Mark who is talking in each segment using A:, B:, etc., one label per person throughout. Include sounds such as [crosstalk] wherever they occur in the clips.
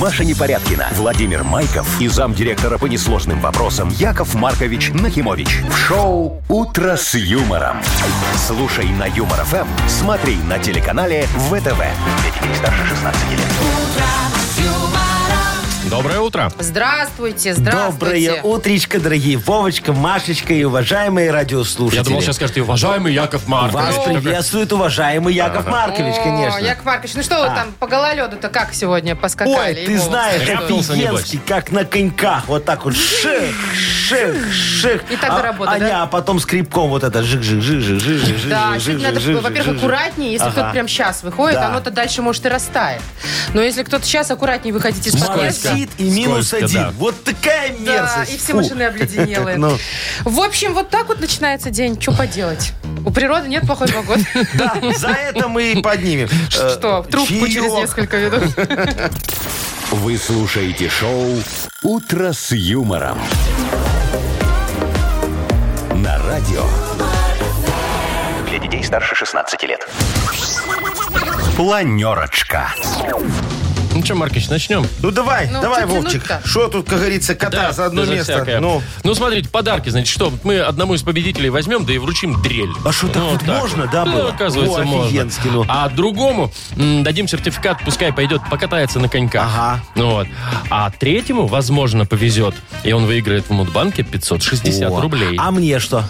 A: Маша Непорядкина, Владимир Майков и замдиректора по несложным вопросам Яков Маркович Нахимович. В шоу «Утро с юмором». Слушай на Юмор ФМ, смотри на телеканале ВТВ. Для детей старше 16 лет.
B: Доброе утро.
C: Здравствуйте, здравствуйте.
D: Доброе утречко, дорогие Вовочка, Машечка и уважаемые радиослушатели.
B: Я думал, сейчас скажете, уважаемый Яков Маркович. Ну,
D: Вас
B: Такой,
D: приветствует уважаемый Яков Маркович,
C: О,
D: конечно. А.
C: Яков Маркович, ну что вы там по гололеду-то как сегодня поскакали?
D: Ой,
C: и
D: ты
C: Вова
D: знаешь,
C: скакал?
B: Рэпнулся,
D: офигенский, как на коньках. Вот так вот ших, ших, ших.
C: И так до
D: А-
C: работы,
D: а,
C: да?
D: не, а потом скрипком вот это жик жик жик жик жик жик жик
C: Да, сегодня
D: жик, жик,
C: надо,
D: жик, жик,
C: во-первых,
D: жик.
C: аккуратнее, если
D: Ага.
C: кто-то прям сейчас выходит, а
D: Да.
C: оно-то дальше, может, и растает. Но если кто-то сейчас аккуратнее выходите из подъезда,
D: Морозит и минус
B: Скользко,
D: один.
B: да.
D: Вот такая
C: да,
D: мерзость.
C: и все
D: Фу.
C: машины обледенелые.
D: [laughs] Ну.
C: В общем, вот так вот начинается день. Что поделать? У природы нет плохого года.
D: Да, за это мы и поднимем.
C: [laughs] Что,
D: [laughs] Э,
C: трубку через
D: чаек.
C: несколько
D: [laughs]
C: ведут.
A: Вы слушаете шоу «Утро с юмором». На радио. Для детей старше 16 лет. Планерочка.
B: Ну что, Маркич, начнем.
D: Ну давай,
C: Ну,
D: давай,
C: чё тянуть-то?
D: Вовчик. Что тут, как говорится, кота за одно
B: да,
D: место?
B: всякое.
D: Ну.
B: Ну. смотрите, подарки, значит, что? Мы одному из победителей возьмем, да и вручим дрель.
D: А что, так вот можно,
B: вот.
D: да,
B: Ну,
D: было?
B: оказывается,
D: О,
B: можно.
D: офигенски, ну.
B: А другому м, дадим сертификат, пускай пойдет, покатается на коньках.
D: Ага.
B: Ну Вот. А третьему, возможно, повезет, и он выиграет в Мудбанке 560
D: О,
B: рублей.
D: А мне что?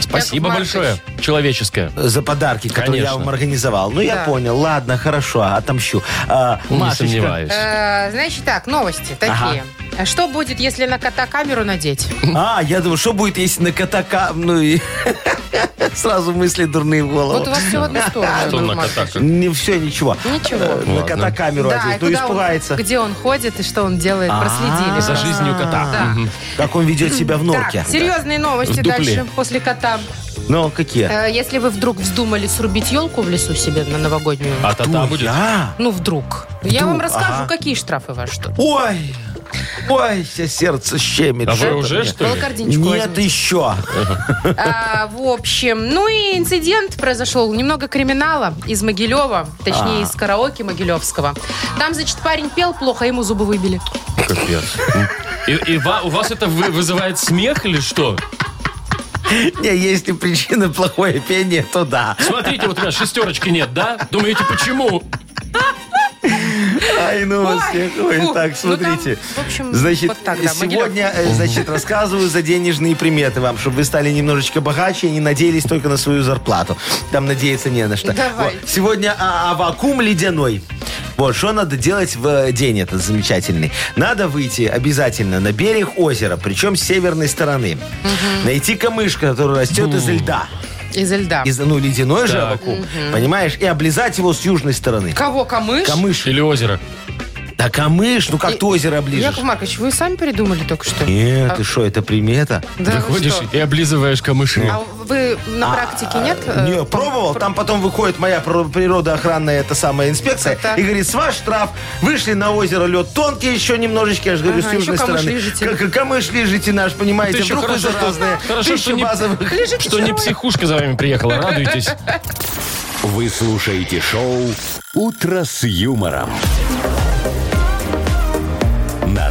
B: Спасибо
C: Яков Маркович.
B: большое, человеческое.
D: За подарки, которые я
B: Конечно.
D: вам организовал. Ну,
C: Да.
D: я понял. Ладно, хорошо, отомщу. А,
B: Не
D: Машечка,
B: сомневаюсь.
C: Э, Значит так, новости такие. Что будет, если на кота камеру надеть?
D: А, я думаю, что будет, если на катака... Ну, и... [laughs] Сразу мысли дурные в голову.
C: Вот у вас все в одну сторону.
B: Что
C: Яков
B: на
C: Маркович.
B: кота?
D: Не все, ничего.
C: Ничего.
D: Э, На
B: Ладно.
D: катакамеру
C: Да,
D: одеть.
C: и
D: Ну,
C: куда он-
D: испугается.
C: где он ходит и что он делает, проследили.
B: За жизнью кота.
C: Да.
B: Мгм.
D: Как он ведет себя в
C: Так,
D: норке.
C: серьезные новости
B: В дупле.
C: дальше после кота.
D: Ну, какие?
C: Э, Если вы вдруг вздумали срубить елку в лесу себе на новогоднюю,
B: А тата
D: Ну,
B: будет?
D: я?
C: ну вдруг. Я вам расскажу,
D: ага.
C: какие штрафы вас ждут.
D: Ой, ой, щас сердце щемит.
B: А
D: Что
B: вы
D: это
B: уже,
D: мне?
B: что ли?
C: Волокординчику
D: Нет
C: возьмите.
D: еще.
C: А, в общем, ну и инцидент произошел. Немного криминала из Могилева,
D: А.
C: точнее, из караоке Могилевского. Там, значит, парень пел плохо, а ему зубы выбили.
B: Капец. И, и ва- у вас это вы- вызывает смех или что?
D: Не, если причина [laughs] плохое пение, то да.
B: Смотрите, вот у меня шестерочки нет, да? Думаете, почему?
D: Ай, ну вас
C: Ой,
D: всех. Ой,
C: фу.
D: так,
C: Ну, там,
D: смотрите.
C: в общем,
D: Значит,
C: вот так, да,
D: сегодня, э, значит, рассказываю за денежные приметы вам, чтобы вы стали немножечко богаче и не надеялись только на свою зарплату. Там надеяться не на что.
C: Давай.
D: Вот. Сегодня а, а, вакуум ледяной. Вот, что надо делать в э, день этот замечательный. Надо выйти обязательно на берег озера, причем с северной стороны. Найти камыш, который растет из льда.
C: Из льда.
D: Из, ну, ледяной же
B: Так.
D: вакуум, понимаешь? И облизать его с южной стороны.
C: Кого, камыш?
D: Камыш.
B: Или озеро?
D: Да камыш, ну как
C: И-
D: ты озеро оближешь?
C: Яков Маркович, вы сами придумали только что? А,
D: Нет, ты что, это примета?
C: Да вы
B: Выходишь
C: что?
B: и облизываешь камыши.
C: А вы на практике нет? э,
D: а, Не, пробовал, там потом выходит моя пр- природоохранная эта самая инспекция
C: Так.
D: и говорит, с вас штраф, вышли на озеро, лед тонкий еще немножечко, я же говорю,
C: Ага,
D: с южной
C: еще камыш
D: стороны.
C: лижете.
D: К- камыш лижите наш, понимаете,
B: Это еще
D: вдруг вы
B: хорошо, что,
D: заразные.
B: хорошо, что
D: Тысяча
B: не, [laughs]
D: базовых.
C: Лежите
B: что не
C: человек.
B: психушка за вами приехала. Радуйтесь.
A: Вы слушаете шоу «Утро с юмором». На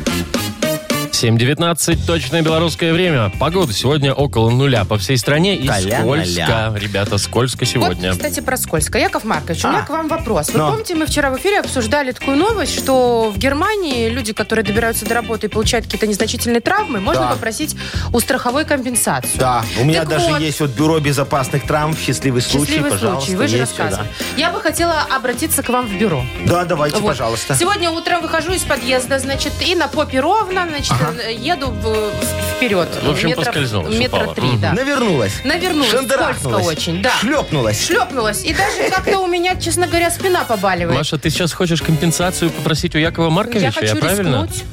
B: 7.19, точное белорусское время. Погода сегодня около нуля по всей стране. И
D: Толя-ноля.
B: скользко, ребята, скользко сегодня.
C: Вот, кстати, про скользко. Яков Маркович, у меня
D: А.
C: к вам вопрос. Вы
D: Но.
C: помните, мы вчера в эфире обсуждали такую новость, что в Германии люди, которые добираются до работы и получают какие-то незначительные травмы, можно
D: Да.
C: попросить у страховой компенсацию.
D: Да, у меня
C: Так
D: даже
C: вот.
D: есть вот бюро безопасных травм, счастливый случай,
C: Счастливый
D: пожалуйста.
C: случай, вы же
D: есть сюда.
C: рассказывали. Я бы хотела обратиться к вам в бюро.
D: Да, давайте,
C: Вот.
D: пожалуйста.
C: Сегодня утром выхожу из подъезда, значит, и на попе ровно, значит, еду в- вперед.
B: В общем,
C: метров-
B: поскользнулась,
C: Метра
B: упала.
C: три,
B: Мгм.
C: да.
D: Навернулась.
C: Навернулась,
D: Шандарахнулась.
C: скользко очень, да.
D: Шлепнулась.
C: Шлепнулась. И даже как-то у меня, честно говоря, спина побаливает.
B: Маша, ты сейчас хочешь компенсацию попросить у Якова Марковича,
C: я хочу
B: правильно?
C: рискнуть.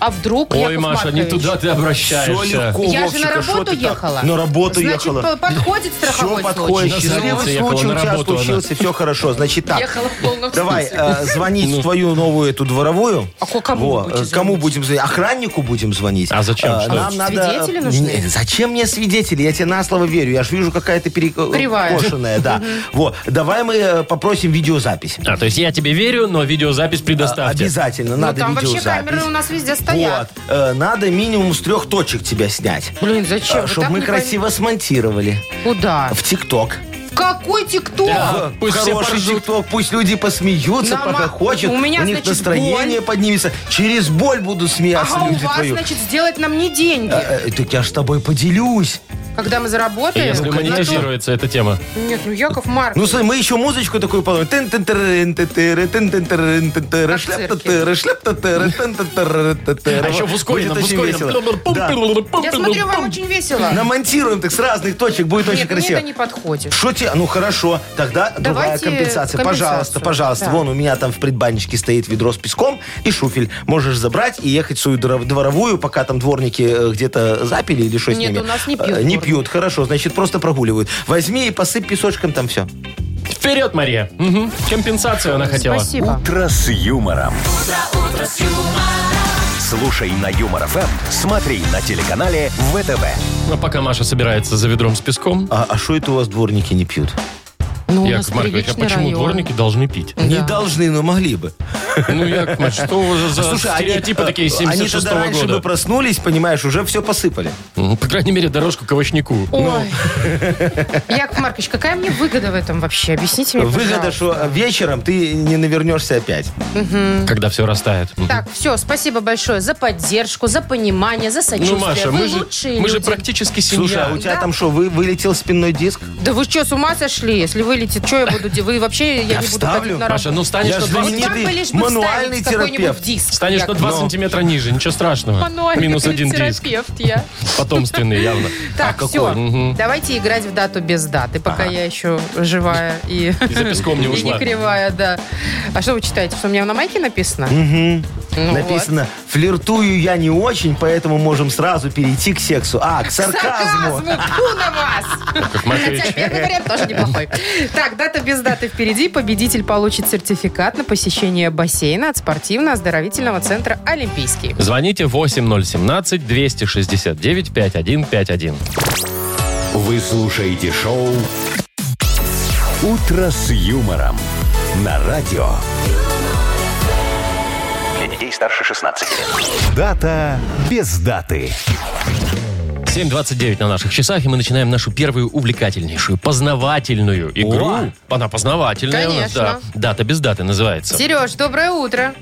C: А вдруг
B: Ой,
C: Яков
B: Маша, не
C: Маркович?
B: туда ты обращаешься.
C: Я же на
D: Вовчика, шо
C: работу
D: ты так?
C: ехала.
D: На работу
C: Значит,
D: ехала.
C: по- подходит страховой
D: Все
C: случай.
D: подходит.
B: случай.
D: Счастливый
B: Назовется,
D: случай
B: ехала на
D: у тебя
B: работу она.
D: случился, все хорошо. Значит так.
C: Ехала в полном
D: Давай,
C: смысле.
D: э, звонить
B: Ну.
D: в твою новую эту дворовую.
C: А ко- кому
D: Во,
C: вы
D: э,
C: будете
D: кому
C: звонить?
D: будем звонить? Охраннику будем звонить. Э,
B: А зачем? Что?
D: нам надо...
C: Свидетели нужны?
D: Не, зачем мне свидетели? Я тебе на слово верю. Я же вижу, какая ты
C: Кривая.
D: перекошенная. Да. Вот. Давай мы э, попросим видеозапись.
B: А, то есть я тебе верю, но видеозапись предоставьте.
D: А, Обязательно
C: Ну,
D: надо
C: там вообще
D: видеозапись.
C: камеры у нас везде стоят.
D: Вот. Э, надо минимум с трех точек тебя снять.
C: Блин, зачем? Вы
D: Чтобы
C: так
D: мы
C: не А.
D: красиво смонтировали.
C: пойм- Куда?
D: В ТикТок.
C: В какой тикток?
B: Да. Пусть
D: В
B: все
D: хороший
B: поржут.
D: ТикТок, пусть люди посмеются,
C: Нама-
D: похохочут.
C: У меня,
D: них
C: значит, боль.
D: настроение поднимется. Через боль будут смеяться
C: Ага, у
D: люди
C: вас,
D: твою.
C: значит, сделать нам не деньги.
D: Э, э, Так я ж с тобой поделюсь.
C: Когда мы
B: И
C: заработаем...
B: Если
C: на то-
B: монетизируется эта тема.
C: Нет, ну Яков Марк.
D: Ну, смотри, мы еще музычку такую положим. Тын-тын-тырын-тын-тыры, тын-тын-тырын-тын-тыры,
C: Как в
D: шляп-тыры, шляп-тыры, тын-тын-тыры-тын-тыры.
B: А еще в ускоренном,
D: Будет
B: в
D: очень
B: ускоренном.
D: весело. Да.
C: Я смотрю, вам очень весело.
D: Намонтируем так с разных точек, будет очень
C: Нет, мне
D: красиво.
C: это не подходит.
D: Что тебе? Ну хорошо, тогда давай
C: Давайте
D: компенсация.
C: компенсацию,
D: Пожалуйста, пожалуйста.
C: да.
D: Вон у меня там в предбанничке стоит ведро с песком и шуфель. Можешь забрать и ехать в свою дворо- дворовую, пока там дворники э, где-то запили или что с
C: Нет,
D: ними.
C: у нас не пьют
D: Э, Не
C: дворники.
D: пьют, хорошо, значит, просто прогуливают. Возьми и посыпь песочком там все.
B: Вперед, Мария. Мгм. Компенсацию она хотела.
C: Спасибо.
A: Утро с юмором. Слушай на Юмор ФМ, смотри на телеканале ВТВ.
B: А пока Маша собирается за ведром с песком,
D: А что это у вас дворники не пьют?
C: Ну, у нас
B: Яков Маркович, а
C: приличный
B: почему
C: район.
B: дворники должны пить?
D: Не
C: Да.
D: должны, но могли бы.
B: Ну, Яков Маркович, что у вас за
D: а
B: стереотипы
D: э,
B: такие
D: Они
B: 76
D: тогда раньше
B: года?
D: бы проснулись, понимаешь, уже все посыпали.
B: Ну, По крайней мере, дорожку к овощнику.
C: Ой. Яков Маркович, какая мне выгода в этом вообще? Объясните мне,
D: Выгода,
C: пожалуйста.
D: что э, вечером ты не навернешься опять.
B: Когда все растает. Мгм.
C: Так, все, спасибо большое за поддержку, за понимание, за сочувствие.
B: Ну, Маша,
C: а вы
B: мы же,
C: лучшие
B: мы же
C: люди.
B: практически
D: Слушай, а
B: семья.
D: у тебя
C: Да.
D: там что, вы, вылетел спинной диск?
C: Да вы что, с ума сошли? Если вылетит, что я буду делать? Вы вообще, я, не буду
D: вставлю.
C: ходить на
B: Маша,
C: работу.
B: ну станешь
D: Я
B: на
D: же
B: 20,
D: не
C: вот
D: ты
C: бы лишь бы
D: мануальный
C: вставить какой-нибудь
D: терапевт.
C: диск.
B: станешь на
C: Яков
B: 20 сантиметра ниже, ничего страшного.
C: Мануальный
B: Минус один диск.
C: терапевт я.
B: Потомственный явно.
C: Так,
D: А какой?
C: все,
B: Мгм.
C: давайте играть в дату без даты, пока я еще живая
D: [laughs]
C: и...
B: И за песком не
C: [laughs] и
B: ушла.
C: кривая, да. А что вы читаете? Что у меня на майке написано? Ну
D: Написано, флиртую я не очень, поэтому можем сразу перейти к сексу. А, к
C: вот.
D: сарказму.
C: Сарказму! Фу на вас!
B: Маркович.
C: Хотя первый вариант тоже неплохой. Так, дата без даты впереди. Победитель получит сертификат на посещение бассейна от спортивно-оздоровительного центра «Олимпийский».
B: Звоните 8017-269-5151.
A: Вы слушаете шоу «Утро с юмором» на радио.
E: Для детей старше 16 лет.
A: Дата без даты.
B: 7.29 на наших часах, и мы начинаем нашу первую увлекательнейшую, познавательную игру.
D: О!
B: Она познавательная у нас, да.
C: Конечно.
B: Дата без даты называется.
C: Сереж, доброе утро.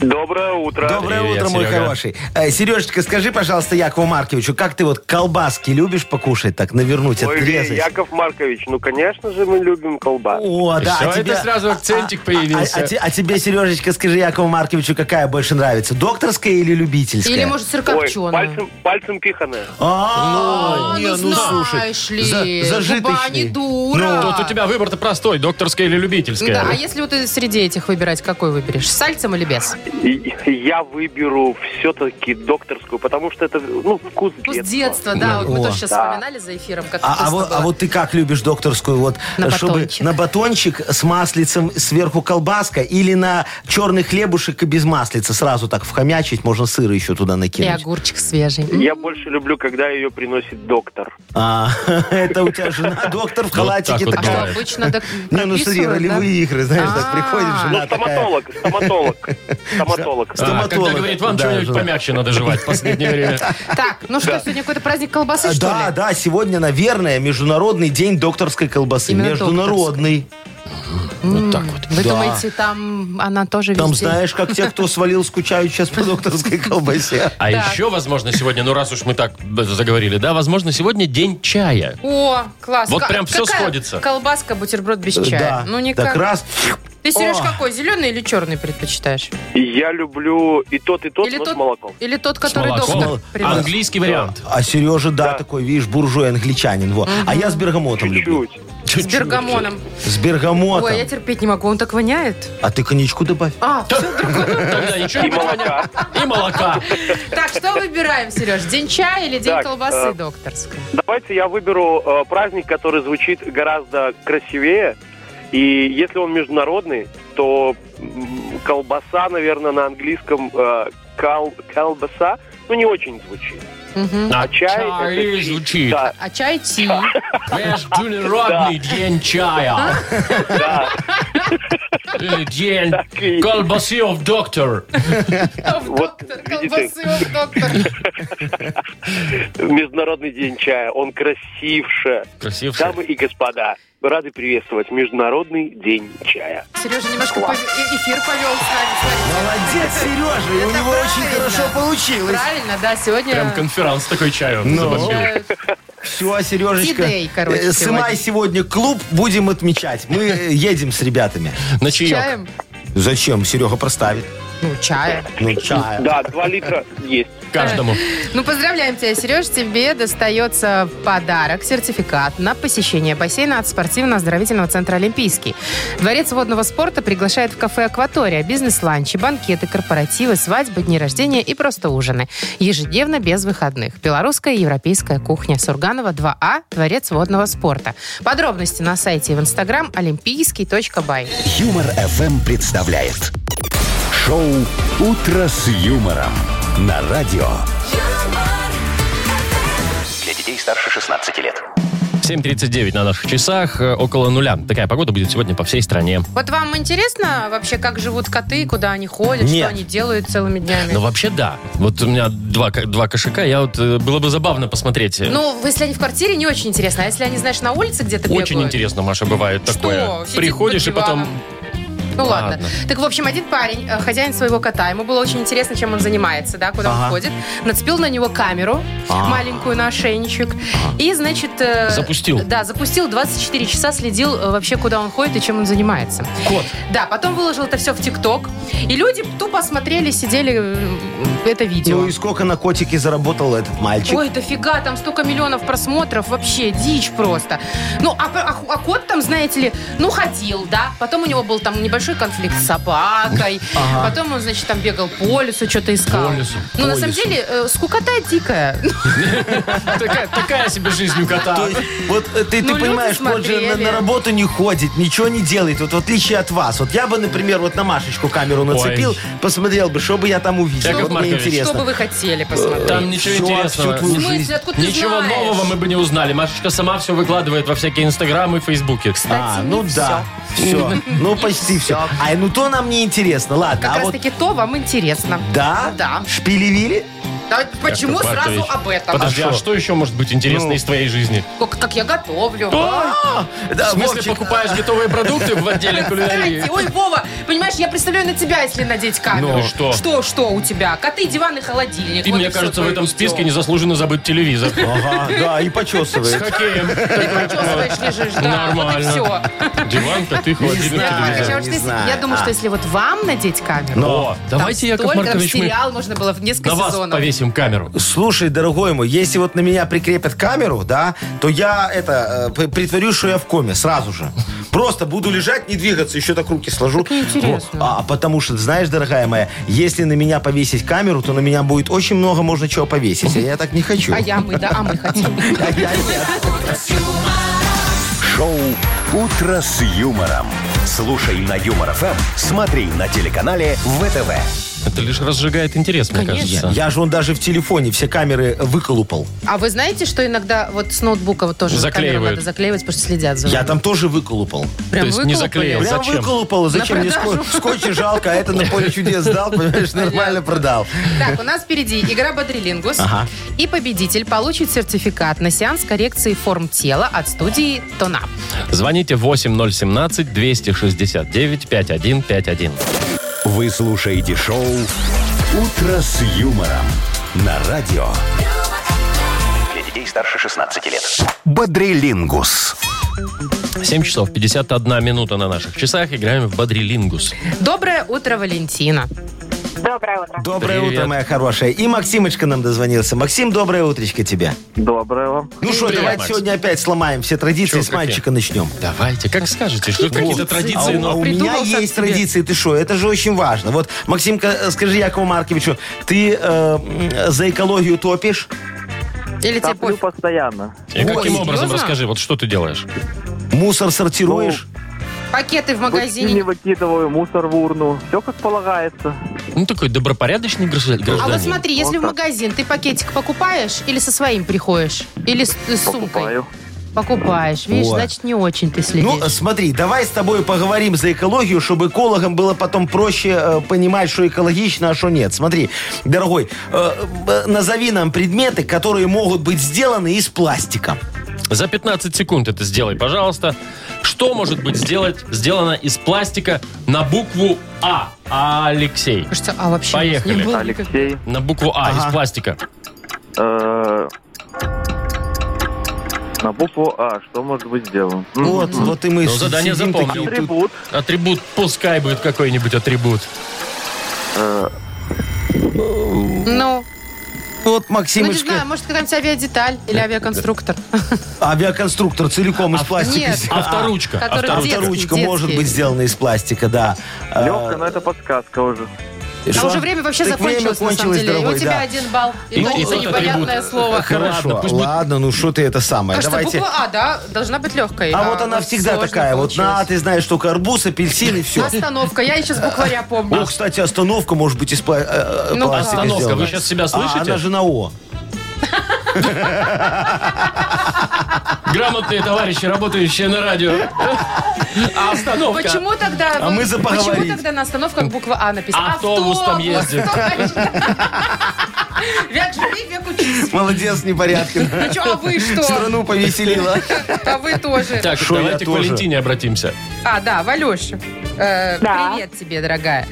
F: Доброе утро.
D: Доброе
B: Привет,
D: утро, мой
B: Серега.
D: хороший. Э, Сережечка, скажи, пожалуйста, Якову Марковичу, как ты вот колбаски любишь покушать, так навернуть,
F: Ой,
D: отрезать?
F: Яков Маркович, ну, конечно же, мы любим колбас.
D: О, да.
B: Всё,
D: а тебе-
B: это сразу акцентик появился.
D: А, а те- а тебе, Сережечка, скажи Якову Марковичу, какая больше нравится, докторская или любительская?
C: Или, может,
F: Ой,
C: сыркопченая?
F: пальцем, пальцем пиханая.
D: А,
C: А,
D: не, ну слушай,
C: знаешь ли,
D: за- Ну,
C: губа не
D: зажиточный.
C: дура.
B: Ну, Тут у тебя выбор-то простой, докторская или любительская.
C: Да, а если вот ты среди этих выбирать, какой выберешь? С сальцем или без?
F: И- Я выберу все-таки докторскую, потому что это, ну, вкус
C: Ну,
F: детства.
C: с детства, да. Вот мы
D: О.
C: тоже сейчас
F: Да.
C: вспоминали за эфиром, как
D: А, а
C: вкусно
D: вот,
C: было.
D: а вот ты как любишь докторскую? Вот, э,
C: На
D: чтобы
C: батончик.
D: на батончик с маслицем сверху колбаска или на черный хлебушек и без маслица сразу так вхомячить, можно сыр еще туда
C: И
D: накинуть.
C: огурчик свежий. М.
F: Я больше люблю, когда ее приносит доктор.
D: А, [laughs] это у тебя жена, доктор в халатике
B: вот
C: А что,
D: такая.
B: бывает.
C: обычно так
D: [laughs] Не, ну смотри,
C: прописывают, да?
D: ролевые игры, знаешь, так
C: А.
D: приходит
F: Ну,
D: жена такая.
F: стоматолог,
D: [laughs]
F: стоматолог, стоматолог.
B: А,
D: стоматолог.
B: когда говорит, вам
D: Да,
B: что-нибудь
D: жена.
B: помягче надо жевать в последнее
C: [laughs]
B: время.
C: Так, ну что, сегодня какой-то праздник колбасы,
D: А,
C: что
D: Да,
C: ли?
D: да, сегодня, наверное, Международный день докторской колбасы.
C: Именно
D: Международный.
B: Вот так вот.
C: Вы
D: Да.
C: думаете, там она тоже
D: Там
C: везде?
D: знаешь, как те, кто свалил, скучают сейчас по
C: [laughs]
D: докторской колбасе.
B: А
C: Так.
B: еще, возможно, сегодня, ну раз уж мы так б- заговорили, да, возможно, сегодня день чая.
C: О, класс.
B: Вот
C: Ка-
B: прям всё
C: какая
B: сходится.
C: Колбаска, бутерброд без чая.
D: Да.
C: Ну
D: Так
C: никак.
D: раз,
C: Ты, Сереж,
D: О.
C: какой, зеленый или черный предпочитаешь?
F: Я люблю и тот, и тот,
C: Или
F: но
C: тот-
F: с молоком.
C: Или тот,
B: С
C: который
B: молоком.
C: доктор принес?
B: Английский вариант.
D: А Сережа, да,
F: Да.
D: такой, видишь, буржуй, англичанин. Во. А я с бергамотом люблю.
F: Чуть-чуть.
C: С бергамоном.
D: С бергамотом.
C: Ой, я терпеть не могу, он так воняет.
D: А ты коньячку добавь.
C: А, все другое.
B: Тогда ничего не будет
F: молока.
B: понятно. И молока.
C: Так, что выбираем, Сереж? День чая или день
F: Так,
C: колбасы
F: э,
C: докторской?
F: Давайте я выберу э, праздник, который звучит гораздо красивее. И если он международный, то м, колбаса, наверное, на английском э, кал, колбаса, ну не очень звучит.
C: Мгм.
B: А
F: это
B: чай
F: чай.
B: звучит.
F: Да,
C: А чай ти.
B: Ваш международный день чая. Э, День
F: Так и-
B: колбасы в доктор.
F: [laughs] Вот,
C: Доктор,
F: видите.
C: колбасы, он доктор.
F: Международный день чая, он красивше.
B: Красивший.
F: Дамы и господа, рады приветствовать Международный день чая.
C: Сережа немножко пов- э- эфир повел с нами.
D: Молодец, Сережа, и у
C: Это
D: него очень
C: правильно.
D: хорошо
C: смотри.
D: получилось.
C: Правильно, да,
B: Прям
C: сегодня...
B: конференц такой чаю
D: Ну.
B: забомбил.
C: э,
D: Все, Сережечка,
C: Тидей, короче,
D: э, сымай сегодня клуб, будем отмечать.
C: [laughs]
D: Мы э, едем с ребятами.
B: На чаек.
C: Чаем?
D: Зачем? Серега проставит.
C: Ну, чаем.
D: Ну, чая.
F: Да, два литра есть.
B: Каждому.
C: Ну, поздравляем тебя, Сереж. Тебе достается в подарок сертификат на посещение бассейна от спортивно-оздоровительного центра «Олимпийский». Дворец водного спорта приглашает в кафе «Акватория», бизнес-ланчи, банкеты, корпоративы, свадьбы, дни рождения и просто ужины. Ежедневно без выходных. Белорусская и европейская кухня. Сурганова 2А, Дворец водного спорта. Подробности на сайте и в инстаграм олимпийский.бай.
A: Юмор FM представляет шоу Утро с юмором на радио.
E: Для детей старше 16 лет.
B: 7.39 на наших часах, э, около нуля. Такая погода будет сегодня по всей стране.
C: Вот вам интересно вообще, как живут коты, куда они ходят,
D: Нет.
C: что они делают целыми днями?
B: Ну, вообще, да. Вот у меня два, ко- два кошелька. Я вот... э, Было бы забавно посмотреть. э,
C: Ну, если они в квартире, не очень интересно. А если они, знаешь, на улице где-то бегают?
B: Очень интересно, Маша, бывает
C: Что?
B: такое.
C: Сидит
B: Приходишь и
C: под
B: потом...
C: диваном. Ну ладно.
B: Ладно.
C: Так, в общем, один парень, э, хозяин своего кота, ему было очень интересно, чем он занимается, да, куда он
D: Ага.
C: ходит. Нацепил на него камеру,
B: А.
C: маленькую на ошейничек. И, значит... э,
B: Запустил.
C: Да, запустил, 24 часа следил э, вообще, куда он ходит и чем он занимается.
B: Кот.
C: Да, потом выложил это все в ТикТок. И люди тупо смотрели, сидели э, это видео.
D: Ну и сколько на котике заработал этот мальчик?
C: Ой, дофига, там столько миллионов просмотров, вообще дичь просто. Ну, а, а- а кот там, знаете ли, ну, ходил, да, потом у него был там небольшой конфликт с собакой, потом он, значит, там бегал по лесу, что-то искал.
B: По лесу,
C: Ну,
D: по
C: на самом
D: лесу.
C: деле, э, скукота дикая. Ну,
B: Такая, такая себе жизнь у
D: То
B: кота.
D: есть, вот э, ты,
C: Ну,
D: ты
C: люди
D: понимаешь, кот же на,
C: смотрели.
D: на работу не ходит, ничего не делает. Вот в отличие от вас. Вот я бы, например, вот на Машечку камеру нацепил,
B: Ой.
D: посмотрел бы, что бы я там увидел.
B: Яков
D: Вот мне
B: Маркович.
C: Что бы
D: интересно.
C: вы хотели посмотреть?
B: Там ничего
D: Всё,
B: интересного.
D: всю твою
C: В смысле,
D: жизнь.
C: откуда Ну, ты
B: Ничего
C: знаешь?
B: нового мы бы не узнали. Машечка сама все выкладывает во всякие инстаграмы и фейсбуки.
D: А, ну да. Все. Ну почти все. Ай, ну то нам не интересно. Ладно,
C: Как
D: а
C: раз
D: вот
C: таки то вам интересно.
D: да?
C: Да.
D: Шпилевили?
C: Да почему
B: Яков
C: сразу
B: Маркович,
C: об этом?
B: Подожди, а что еще может быть интересно
D: Ну.
B: из твоей жизни?
C: Как, как я готовлю.
D: А,
B: В
D: Да,
B: смысле,
D: Вовчик,
B: покупаешь готовые продукты в отделе кулинарии?
C: Кстати, ой, Вова, понимаешь, я представляю на тебя, если надеть
B: Ну,
C: камеру.
B: и что?
C: Что, что у тебя? Коты, диван и холодильник.
B: И
C: Вот
B: мне
C: всё
B: кажется, в
C: твоё
B: этом
C: видео.
B: списке незаслуженно забыт телевизор.
D: Ага, да, и почесывает.
B: Хоккеем.
C: Ты почесываешь, лежишь, да, вот и
B: Нормально.
C: все.
B: Диван, коты, холодильник,
D: знаю.
B: телевизор.
D: не знаю.
C: Я думаю, что
D: А.
C: если вот вам надеть камеру,
B: О, Ну,
C: там
B: давайте, Яков
C: столько
B: Маркович, мы
C: сериал можно было в несколько
B: на вас
C: сезонов.
B: повесим камеру.
D: Слушай, дорогой мой, если вот на меня прикрепят камеру, да, то я это э, п- притворюсь, что я в коме сразу же. Просто буду лежать, не двигаться, еще так руки сложу.
C: Так неинтересно.
D: Во. А потому что, знаешь, дорогая моя, если на меня повесить камеру, то на меня будет очень много можно чего повесить, а я так не хочу.
C: А я мы, да, а мы
D: [laughs]
C: хотим.
A: Шоу Утро с юмором. Слушай на Юмор ФМ, смотри на телеканале ВТВ.
B: Это лишь разжигает интерес, мне
C: Конечно.
B: кажется.
D: Я же он даже в телефоне все камеры выколупал.
C: А вы знаете, что иногда вот с ноутбука вот тоже
B: Заклеивают.
C: камеру надо заклеивать, потому что следят за
D: Я [laughs]
C: вами?
D: там тоже выколупал.
C: Прям
B: То есть не
C: выколупали?
B: заклеил.
D: Прям
B: Зачем?
D: выколупал. Зачем? Мне
C: продажу.
D: ско- скотч и жалко, а это на поле чудес дал, понимаешь, нормально продал.
C: Так, у нас впереди игра «Бодрилингус».
D: Ага.
C: И победитель получит сертификат на сеанс коррекции форм тела от студии «Тона».
B: Звоните 8017-269-5151.
A: Вы слушаете шоу Утро с юмором на радио.
E: Для детей старше 16 лет.
A: Бодрилингус.
B: 7 часов 51 минута на наших часах. Играем в Бодрилингус.
C: Доброе утро, Валентина.
G: Доброе утро.
D: Доброе
B: Привет.
D: утро, моя хорошая. И Максимочка нам дозвонился. Максим, доброе утречко тебе.
F: Доброе вам.
D: Ну что,
B: Привет,
D: давайте
B: Макс.
D: сегодня опять сломаем все традиции
B: Чё,
D: с
B: какие?
D: мальчика начнем.
B: Давайте, как скажете. что Какие-то традиции, ну.
D: а, у- а
B: но...
D: у меня
C: Придумал сам
D: есть
C: себе.
D: традиции, ты что? Это же очень важно. Вот, Максимка, э, скажи Якову Марковичу, ты э, м, за экологию топишь?
C: Или
H: ну,
C: тебе пофиг?
I: постоянно.
B: И каким
C: Ой,
B: образом,
C: серьезно?
B: расскажи, вот что ты делаешь?
D: Мусор сортируешь?
C: Пакеты в магазине. А
I: не выкидываю, мусор в урну. Все как полагается.
B: Ну, такой добропорядочный гражда- гражданин.
C: А вот смотри, если в
I: Вот так.
C: магазин ты пакетик покупаешь или со своим приходишь? Или с, э, с сумкой?
I: Покупаю.
C: Покупаешь. Видишь,
D: Вот.
C: значит, не очень ты следишь.
D: Ну, э, смотри, давай с тобой поговорим за экологию, чтобы экологам было потом проще э, понимать, что экологично, а что нет. Смотри, дорогой, э, э, назови нам предметы, которые могут быть сделаны из пластика.
B: За 15 секунд это сделай, пожалуйста. Что может быть сделать, сделано из пластика на букву А? Алексей.
C: Слушайте, а вообще
B: Поехали.
C: не было никак-
I: Алексей.
B: На букву А
D: Ага.
B: из пластика.
I: э, на букву А. Что может быть сделано? М,
D: Вот, вот и мы.
B: Ну, задание
D: сидим
B: запомнил.
D: такие тут.
I: Атрибут.
B: Атрибут, пускай будет какой-нибудь атрибут.
I: э,
C: Ну,
D: Вот,
C: ну, не знаю,
D: Максимочка,
C: может, какая-нибудь авиадеталь или авиаконструктор.
D: авиаконструктор целиком из пластика.
C: нет.
D: сделан.
B: Авторучка.
C: который
B: авторучка.
C: детский,
D: Авторучка
C: детский.
D: может быть сделана из пластика, да. А,
I: Лёгко, но ну, это подсказка уже.
C: А
D: что?
C: уже время вообще
D: Так время
C: закончилось, на самом
D: кончилось,
C: деле. И у
D: дорогой,
C: тебя
D: да. Ну,
C: один балл. И,
B: И
C: то
B: тот
C: за
B: атрибут.
C: непонятное слово.
D: Хорошо,
B: Ладно, пусть будет-
D: ладно, ну что ты это самое.
C: Кажется,
D: Давайте.
C: буква А, да, должна быть легкой.
D: А вот она всегда
C: сложно
D: такая. Вот на,
C: получилась.
D: ты знаешь, только арбуз, апельсин и все.
C: Остановка. Я еще с букваря помню.
D: О, кстати, остановка может быть из пла- э, э,
C: Ну,
D: пластика
B: Остановка.
D: сделана.
B: Вы сейчас себя
D: А,
B: слышите?
D: она же на О.
B: Грамотные товарищи, работающие на радио. А остановка.
C: Почему тогда...
D: А
C: вот
D: мы за
C: Почему
D: поговорить.
C: тогда на остановках буква А написана?
B: Автобус там
C: [laughs]
B: ездит.
C: Век живи, век учись.
D: Молодец, непорядкин. [laughs]
C: Ну что, а вы что?
D: Страну повеселила.
C: А вы тоже.
B: Так,
D: Шо, я
B: давайте к
D: тоже.
B: Валентине обратимся.
C: А, да, Валюш. э,
G: Да.
C: Привет тебе, дорогая.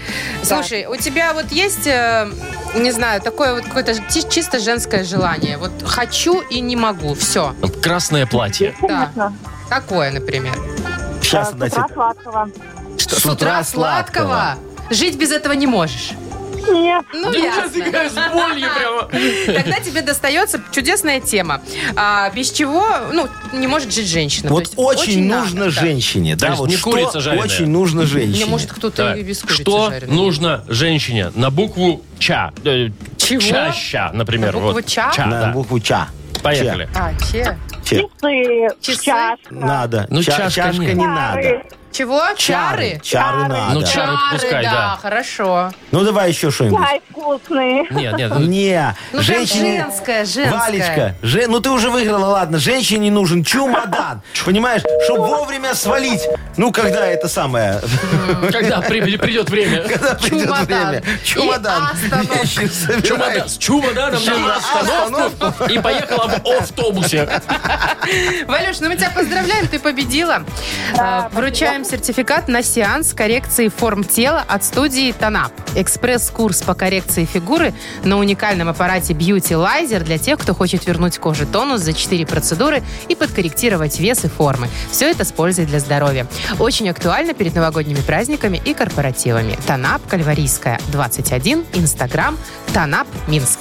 C: Слушай, у тебя вот есть, э, не знаю, такое вот какое-то чи- чисто женское желание. Вот хочу и не могу. Все.
B: Красное платье.
C: Да.
G: Конечно.
C: Такое, например.
D: Сейчас,
G: Э, с утра сладкого.
C: С утра сладкого. Жить без этого не можешь.
G: Нет.
C: Ну,
B: Я
C: ясно.
B: такая с болью прямо.
C: Тогда тебе достается чудесная тема. А, без чего, ну, не может жить женщина. То
D: Вот
C: есть
D: очень
C: надо,
D: нужно
C: да.
D: женщине.
B: То
D: Да,
B: есть
D: вот
B: не
D: что
B: курица жареная.
D: очень нужно
C: Не,
D: женщине.
C: может, кто-то
B: Так,
C: и без курицы
B: что
C: жареный.
B: нужно женщине на букву Ча? Э,
C: Чего?
B: Чаща, например.
C: На букву
B: вот.
C: «Ча»?
B: Ча,
D: На
B: да.
D: букву Ча.
B: Поехали.
C: А, че?
D: Че.
G: Часы,
C: Часы?
G: чашки.
D: Надо.
B: Ну,
D: Ча-
B: чашка
D: Чашка
B: нет.
D: не надо.
C: Чего? Чары?
B: Ну,
D: Чары надо.
B: ча- Чары пускай, да.
C: хорошо.
D: Ну, давай еще что-нибудь.
G: Чай вкусный.
B: Нет, нет.
D: Не,
C: Ну,
D: женщине...
C: прям женское, женское.
D: Валечка, же- ну ты уже выиграла, ладно. Женщине нужен
C: [laughs]
D: чемодан. Понимаешь, чтобы вовремя свалить. Ну, когда это самое... [laughs]
B: Когда при- придет время.
D: Когда придет
C: Чемодан.
D: время.
C: И
D: Чемодан.
C: остановка.
D: [laughs]
C: А,
D: Вещи собираешь.
B: Чемодан- С чемоданом на остановку и поехала в автобусе.
C: Валюш, ну мы тебя поздравляем, ты победила. А, Вручаем сертификат на сеанс коррекции форм тела от студии Танап. Экспресс-курс по коррекции фигуры на уникальном аппарате Beauty Lizer для тех, кто хочет вернуть коже тонус за 4 процедуры и подкорректировать вес и формы. Все это с пользой для здоровья. Очень актуально перед новогодними праздниками и корпоративами. Танап Кальварийская, 21, Инстаграм, Танап Минск.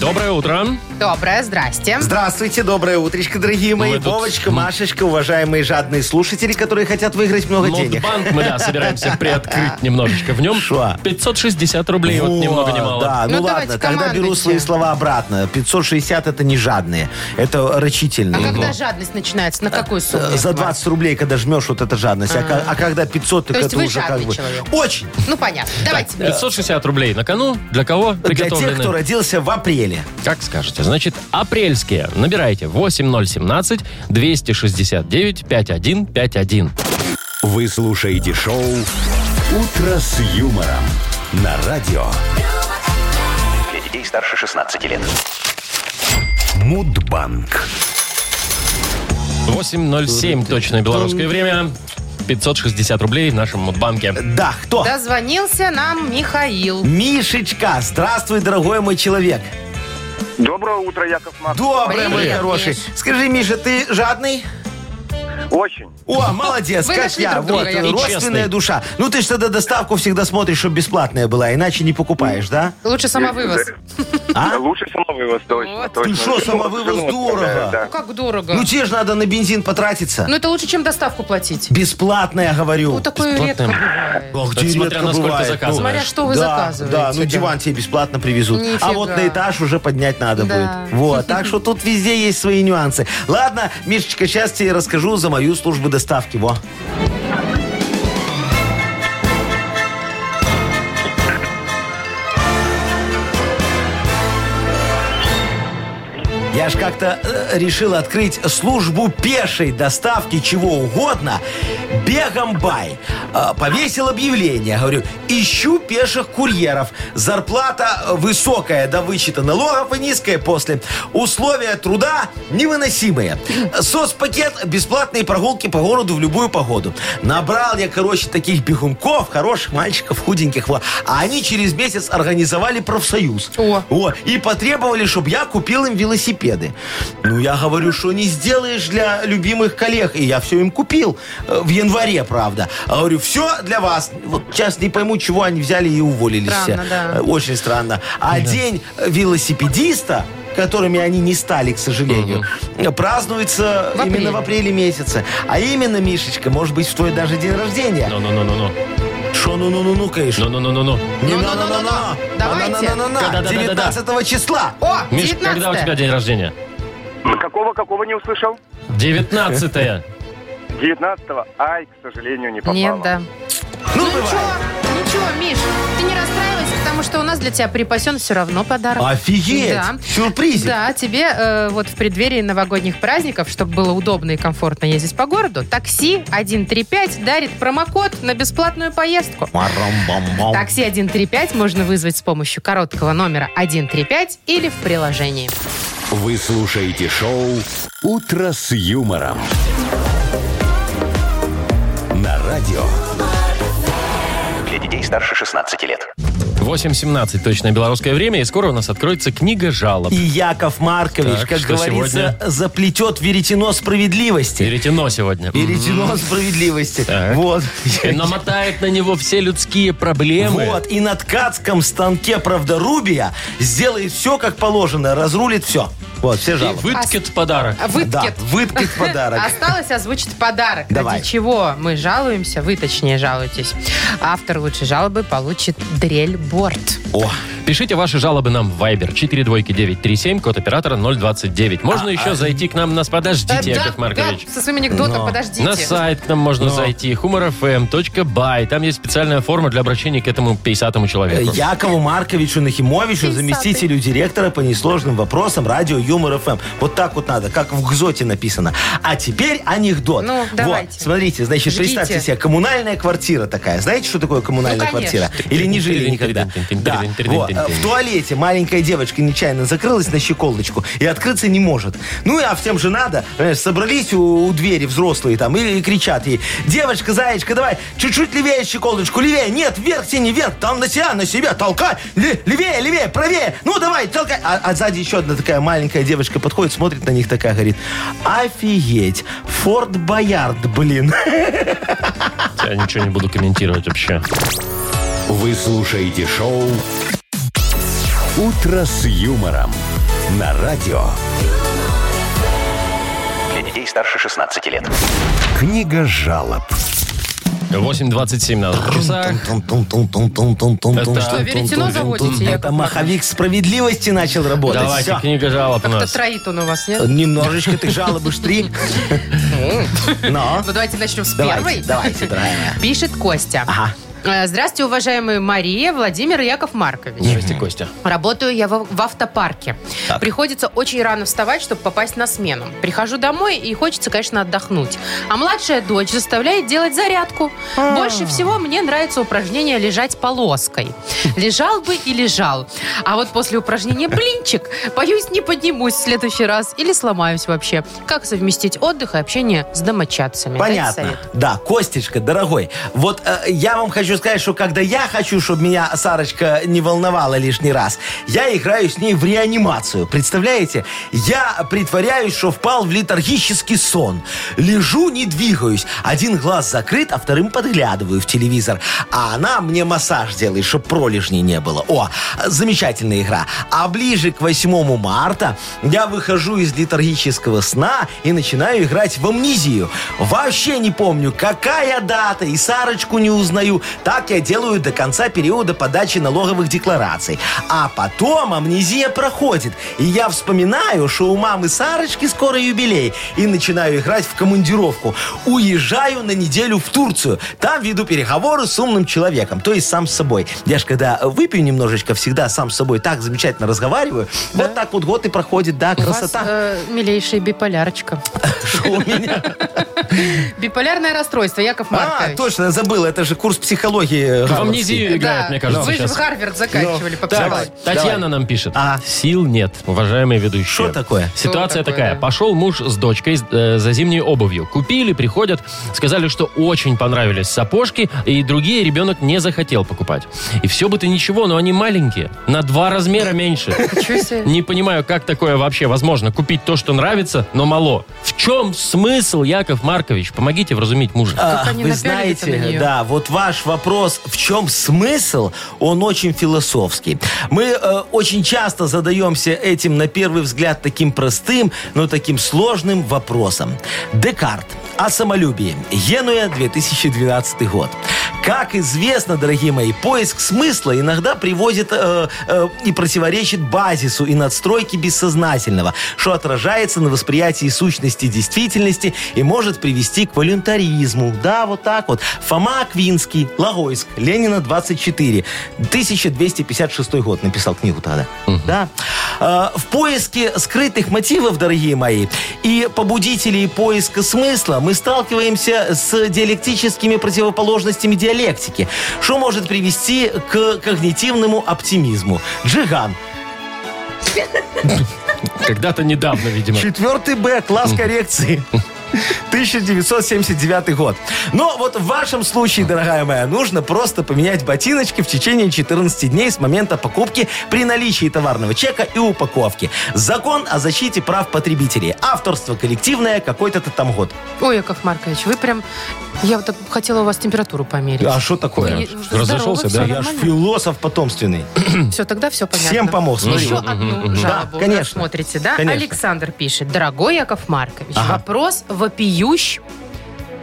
B: Доброе утро.
C: Доброе, здрасте. А
D: Здравствуйте, доброе утречко, дорогие мои.
B: Мы тут-
D: Вовочка,
B: мы-
D: Машечка, уважаемые жадные слушатели, которые хотят выиграть много денег.
B: Нотбанк мы, Ну, да, собираемся приоткрыть немножечко в нем.
D: Шо?
B: 560 рублей, вот ни много ни
D: О,
B: мало.
D: Да, ну,
C: Ну, давайте,
D: ладно, тогда беру
C: командуйте.
D: свои слова обратно. 560 это не жадные, это
C: А
D: рачительные.
C: когда жадность начинается? На какую сумму?
D: Э, За
C: Яков Маркович?
D: 20 рублей, когда жмешь, вот это жадность. А, ка- а когда 500, так
C: То есть
D: это
C: вы
D: уже как
C: жадный
D: бы...
C: человек.
D: Очень!
C: Ну, понятно. Давайте. Миша.
B: 560 рублей на кону. Для кого
D: Для тех, кто
B: приготовлены?
D: родился в апреле.
B: Как скажете. Значит, апрельские. Набирайте 8017-269-5151.
A: Вы слушаете шоу Утро с юмором на радио
E: Для детей старше 16 лет.
A: Мудбанк.
B: 8.07 точное белорусское время. 560 рублей в нашем мудбанке.
D: Да, кто?
C: Дозвонился нам Михаил.
D: Мишечка, здравствуй, дорогой мой человек.
I: Доброе утро, Яков Марк.
D: Добрый, мой
C: Привет,
D: хороший.
C: Миш.
D: Скажи, Миша, ты жадный?
I: Очень.
D: О, молодец,
C: Вы
D: как
C: нашли
D: я.
C: друг друга,
D: Вот,
C: Яков.
B: И
D: родственная
B: честный.
D: душа. Ну, ты же тогда доставку всегда смотришь, чтобы бесплатная была, иначе не покупаешь, да?
C: Лучше самовывоз.
D: А?
I: Лучше самовывоз, точно.
C: Вот.
I: точно.
D: Ты шо, самовывоз
I: Жену
D: дорого?
I: отправляю, да.
C: Ну как дорого.
D: Ну, тебе же надо на бензин потратиться.
C: Ну это лучше, чем доставку платить.
D: Бесплатная, говорю.
C: Ну такое редко
B: бесплатным.
C: бывает.
D: А
B: Это смотря на сколько заказываешь.
C: Смотря что вы
D: да,
C: заказываете,
D: Да, ну
C: да.
D: диван тебе бесплатно привезут.
C: Нифига.
D: А вот на этаж уже поднять надо
C: Да.
D: будет.
C: [laughs]
D: Вот, так что тут везде есть свои нюансы. Ладно, Мишечка, сейчас тебе расскажу за мою службу доставки. Во. Я ж как-то э, решил открыть службу пешей доставки чего угодно бегом бай. Э, повесил объявление, говорю, ищу пеших курьеров. Зарплата э, высокая до вычета налогов и низкая после. Условия труда невыносимые. Соцпакет, бесплатные прогулки по городу в любую погоду. Набрал я, короче, таких бегунков, хороших мальчиков, худеньких. во. А они через месяц организовали профсоюз.
C: О.
D: О, и потребовали, чтобы я купил им велосипеды. Ну, я говорю, что не сделаешь для любимых коллег. И я все им купил. Э, В январе, правда. А говорю, все для вас. Вот сейчас не пойму, чего они взяли и уволились
C: Странно,
D: все.
C: да.
D: Э, Очень странно. А день э, велосипедиста которыми они не стали, к сожалению, э, празднуется
C: В апреле.
D: именно в апреле месяце. А именно, Мишечка, может быть, в твой даже день рождения.
B: Ну. Ну-ну-ну-ну-ну.
D: Шо ну-ну-ну-ну, конечно.
B: Ну-ну-ну-ну-ну.
D: Не
C: Ну, ну, ну, ну, ну.
D: на-на-на-на.
C: Давайте.
D: На-на-на-на-на.
B: Да-да-да-да-да.
D: 19 числа.
C: О,
B: Миш, когда у тебя
C: 19
B: день рождения?
I: Какого, какого не услышал?
B: 19
I: 19-го. Ай, к сожалению, не попало.
C: Нет, да.
D: Ну,
C: Ну
D: бывает.
C: ничего, ничего, Миш, ты не расстраивайся, потому что у нас для тебя припасен все равно подарок.
D: Офигеть!
C: Да.
D: Сюрпризик!
C: Да, тебе э, вот в преддверии новогодних праздников, чтобы было удобно и комфортно ездить по городу, такси 135 дарит промокод на бесплатную поездку.
D: Марам-бам-бам.
C: Такси 135 можно вызвать с помощью короткого номера 135 или в приложении.
A: Вы слушаете шоу «Утро с юмором». На радио.
E: Для детей старше 16 лет.
B: 8.17 точное белорусское время, и скоро у нас откроется книга жалоб.
D: И Яков Маркович,
B: Так,
D: как
B: что
D: говорится, заплетет веретено справедливости.
B: Веретено сегодня.
D: Веретено справедливости.
B: Так.
D: Вот.
B: И намотает на него все людские проблемы.
D: [laughs] Вот, и на ткацком станке правдорубия сделает все как положено, разрулит все. Вот, все
B: И
D: жалобы.
B: выткет подарок.
C: Выткет.
D: Да, выткет
C: [laughs]
D: подарок.
C: Осталось озвучить подарок.
D: Давай.
C: Ради чего мы жалуемся, вы точнее жалуетесь. Автор лучшей жалобы получит дрель-борт.
D: О,
B: Пишите ваши жалобы нам в Viber 42937, код оператора 029. Можно еще зайти к нам, нас подождите,
C: Э, да,
B: Яков Маркович.
C: да, со своим анекдотом
D: Но.
C: подождите.
B: На сайт к нам можно зайти humorfm.by. Там есть специальная форма для обращения к этому 50
D: э,
B: человеку.
D: Якову Марковичу Нахимовичу,
C: Писатый.
D: заместителю директора по несложным вопросам радио Юмор ФМ. Вот так вот надо, как в ГЗОТе написано. А теперь анекдот.
C: Ну,
D: Вот,
C: давайте.
D: смотрите, значит,
C: Жгите.
D: представьте себе, коммунальная квартира такая. Знаете, что такое коммунальная
C: Ну, конечно.
D: квартира? Или не жили никогда? Да. Вот. Э, В туалете маленькая девочка нечаянно закрылась на щеколдочку и открыться не может. Ну, и, а всем же надо. Понимаешь, собрались у, у двери взрослые там и, и кричат ей. Девочка, заячка, давай чуть-чуть левее щеколдочку, левее. Нет, вверх тяни, вверх. Там на себя, на себя, толкай. Ле- левее, левее, правее. Ну, давай, толкай. А, а сзади еще одна такая маленькая девочка подходит, смотрит на них такая, говорит. Офигеть. Форт Боярд, блин.
B: Я ничего не буду комментировать вообще.
A: Вы слушаете шоу «Утро с юмором». На радио.
E: Для детей старше 16 лет.
A: Книга жалоб.
B: 8.27 на часах.
D: Что,
B: Что,
C: веретено заводите, Яков
D: Это маховик справедливости начал работать.
B: Давайте,
D: Всё.
B: книга жалоб у
C: Кто
B: нас.
C: троит он у вас, нет?
D: Немножечко ты жалобы штри. Но.
C: Ну, давайте начнем с
D: Давайте,
C: первой.
D: давайте, дорогая.
C: Пишет Костя.
D: Ага.
C: Э, Здравствуйте, уважаемые Мария, Владимир и Яков Маркович.
B: Здрасте, Костя.
C: Работаю я в, в автопарке.
D: Так.
C: Приходится очень рано вставать, чтобы попасть на смену. Прихожу домой и хочется, конечно, отдохнуть. А младшая дочь заставляет делать зарядку.
D: А.
C: Больше всего мне нравится упражнение лежать полоской. Лежал бы и лежал. А вот после упражнения блинчик, боюсь, не поднимусь в следующий раз или сломаюсь вообще. Как совместить отдых и общение с домочадцами? Дайте
D: Понятно.
C: совет.
D: Да, Костечка, дорогой, вот э, я вам хочу сказать, что когда я хочу, чтобы меня Сарочка не волновала лишний раз, я играю с ней в реанимацию. Представляете? Я притворяюсь, что впал в летаргический сон. Лежу, не двигаюсь. Один глаз закрыт, а вторым подглядываю в телевизор. А она мне массаж делает, чтобы пролежней не было. О, замечательная игра. А ближе к 8 марта я выхожу из летаргического сна и начинаю играть в амнезию. Вообще не помню, какая дата, и Сарочку не узнаю. Так я делаю до конца периода подачи налоговых деклараций. А потом амнезия проходит, и я вспоминаю, что у мамы Сарочки скоро юбилей, и начинаю играть в командировку. Уезжаю на неделю в Турцию. Там веду переговоры с умным человеком, то есть сам с собой. Я ж когда выпью немножечко, всегда сам с собой так замечательно разговариваю. Вот так вот год и проходит, да,
C: У вас,
D: красота.
C: э, милейшая
D: [laughs]
C: биполярочка.
D: Что у меня?
C: [laughs] Биполярное расстройство, Яков
D: А,
C: Маркович.
D: точно, я забыл, это же курс психологии.
B: В амнезию играет,
C: Да.
B: мне кажется,
C: Вы же
B: сейчас.
C: в Харвард
D: Ну,
C: заканчивали по
B: Так,
C: психологии.
B: Татьяна нам пишет.
D: А.
B: Сил нет, уважаемые ведущие.
D: Что такое?
B: Ситуация
C: Что такое?
B: такая. Пошел муж с дочкой э, за зимней обувью. Купили, приходят, сказали, что очень понравились сапожки, и другие ребенок не захотел покупать. И все бы то ничего, но они маленькие. На два размера
C: [laughs]
B: меньше.
C: Ничего себе.
B: Не понимаю, как такое вообще возможно. Купить то, что нравится, но мало. В чем смысл, Яков Маркович? Помогите вразумить мужа.
D: А,
C: Как они
D: Вы
C: напялились-то на
D: знаете,
C: нее?
D: да, вот ваш вопрос, в чем смысл, он очень философский. Мы э, очень часто задаемся этим, на первый взгляд, таким простым, но таким сложным вопросом. Декарт о самолюбии. Генуя, 2012 год. Как известно, дорогие мои, поиск смысла иногда приводит э, э, и противоречит базису и надстройке бессознательного, что отражается на восприятии сущности действительности и может привести к волюнтаризму. Да, вот так вот. Фома Аквинский, Лагойск, Ленина 24, 1256 год написал книгу тогда. Да. Э, в поиске скрытых мотивов, дорогие мои, и побудителей поиска смысла мы сталкиваемся с диалектическими противоположностями диалектики, что может привести к когнитивному оптимизму. Джиган.
C: А.
B: Когда-то недавно, видимо.
D: Четвертый Б, класс [laughs] коррекции. 1979 год. Но вот в вашем случае, дорогая моя, нужно просто поменять ботиночки в течение 14 дней с момента покупки при наличии товарного чека и упаковки. Закон о защите прав потребителей. Авторство коллективное какой-то там год.
C: Ой, Яков Маркович, вы прям... Я вот так хотела у вас температуру померить.
D: А что такое?
C: Вы- здорово,
B: разошелся,
C: Ну, всё
B: да?
D: Я ж
C: нормально?
D: философ потомственный.
C: Все, тогда все понятно.
D: Всем помог, смотри.
C: Еще одну жалобу
D: Да, конечно.
C: смотрите, да?
D: Конечно.
C: Александр пишет. Дорогой Яков Маркович,
D: Ага.
C: вопрос вопиющ.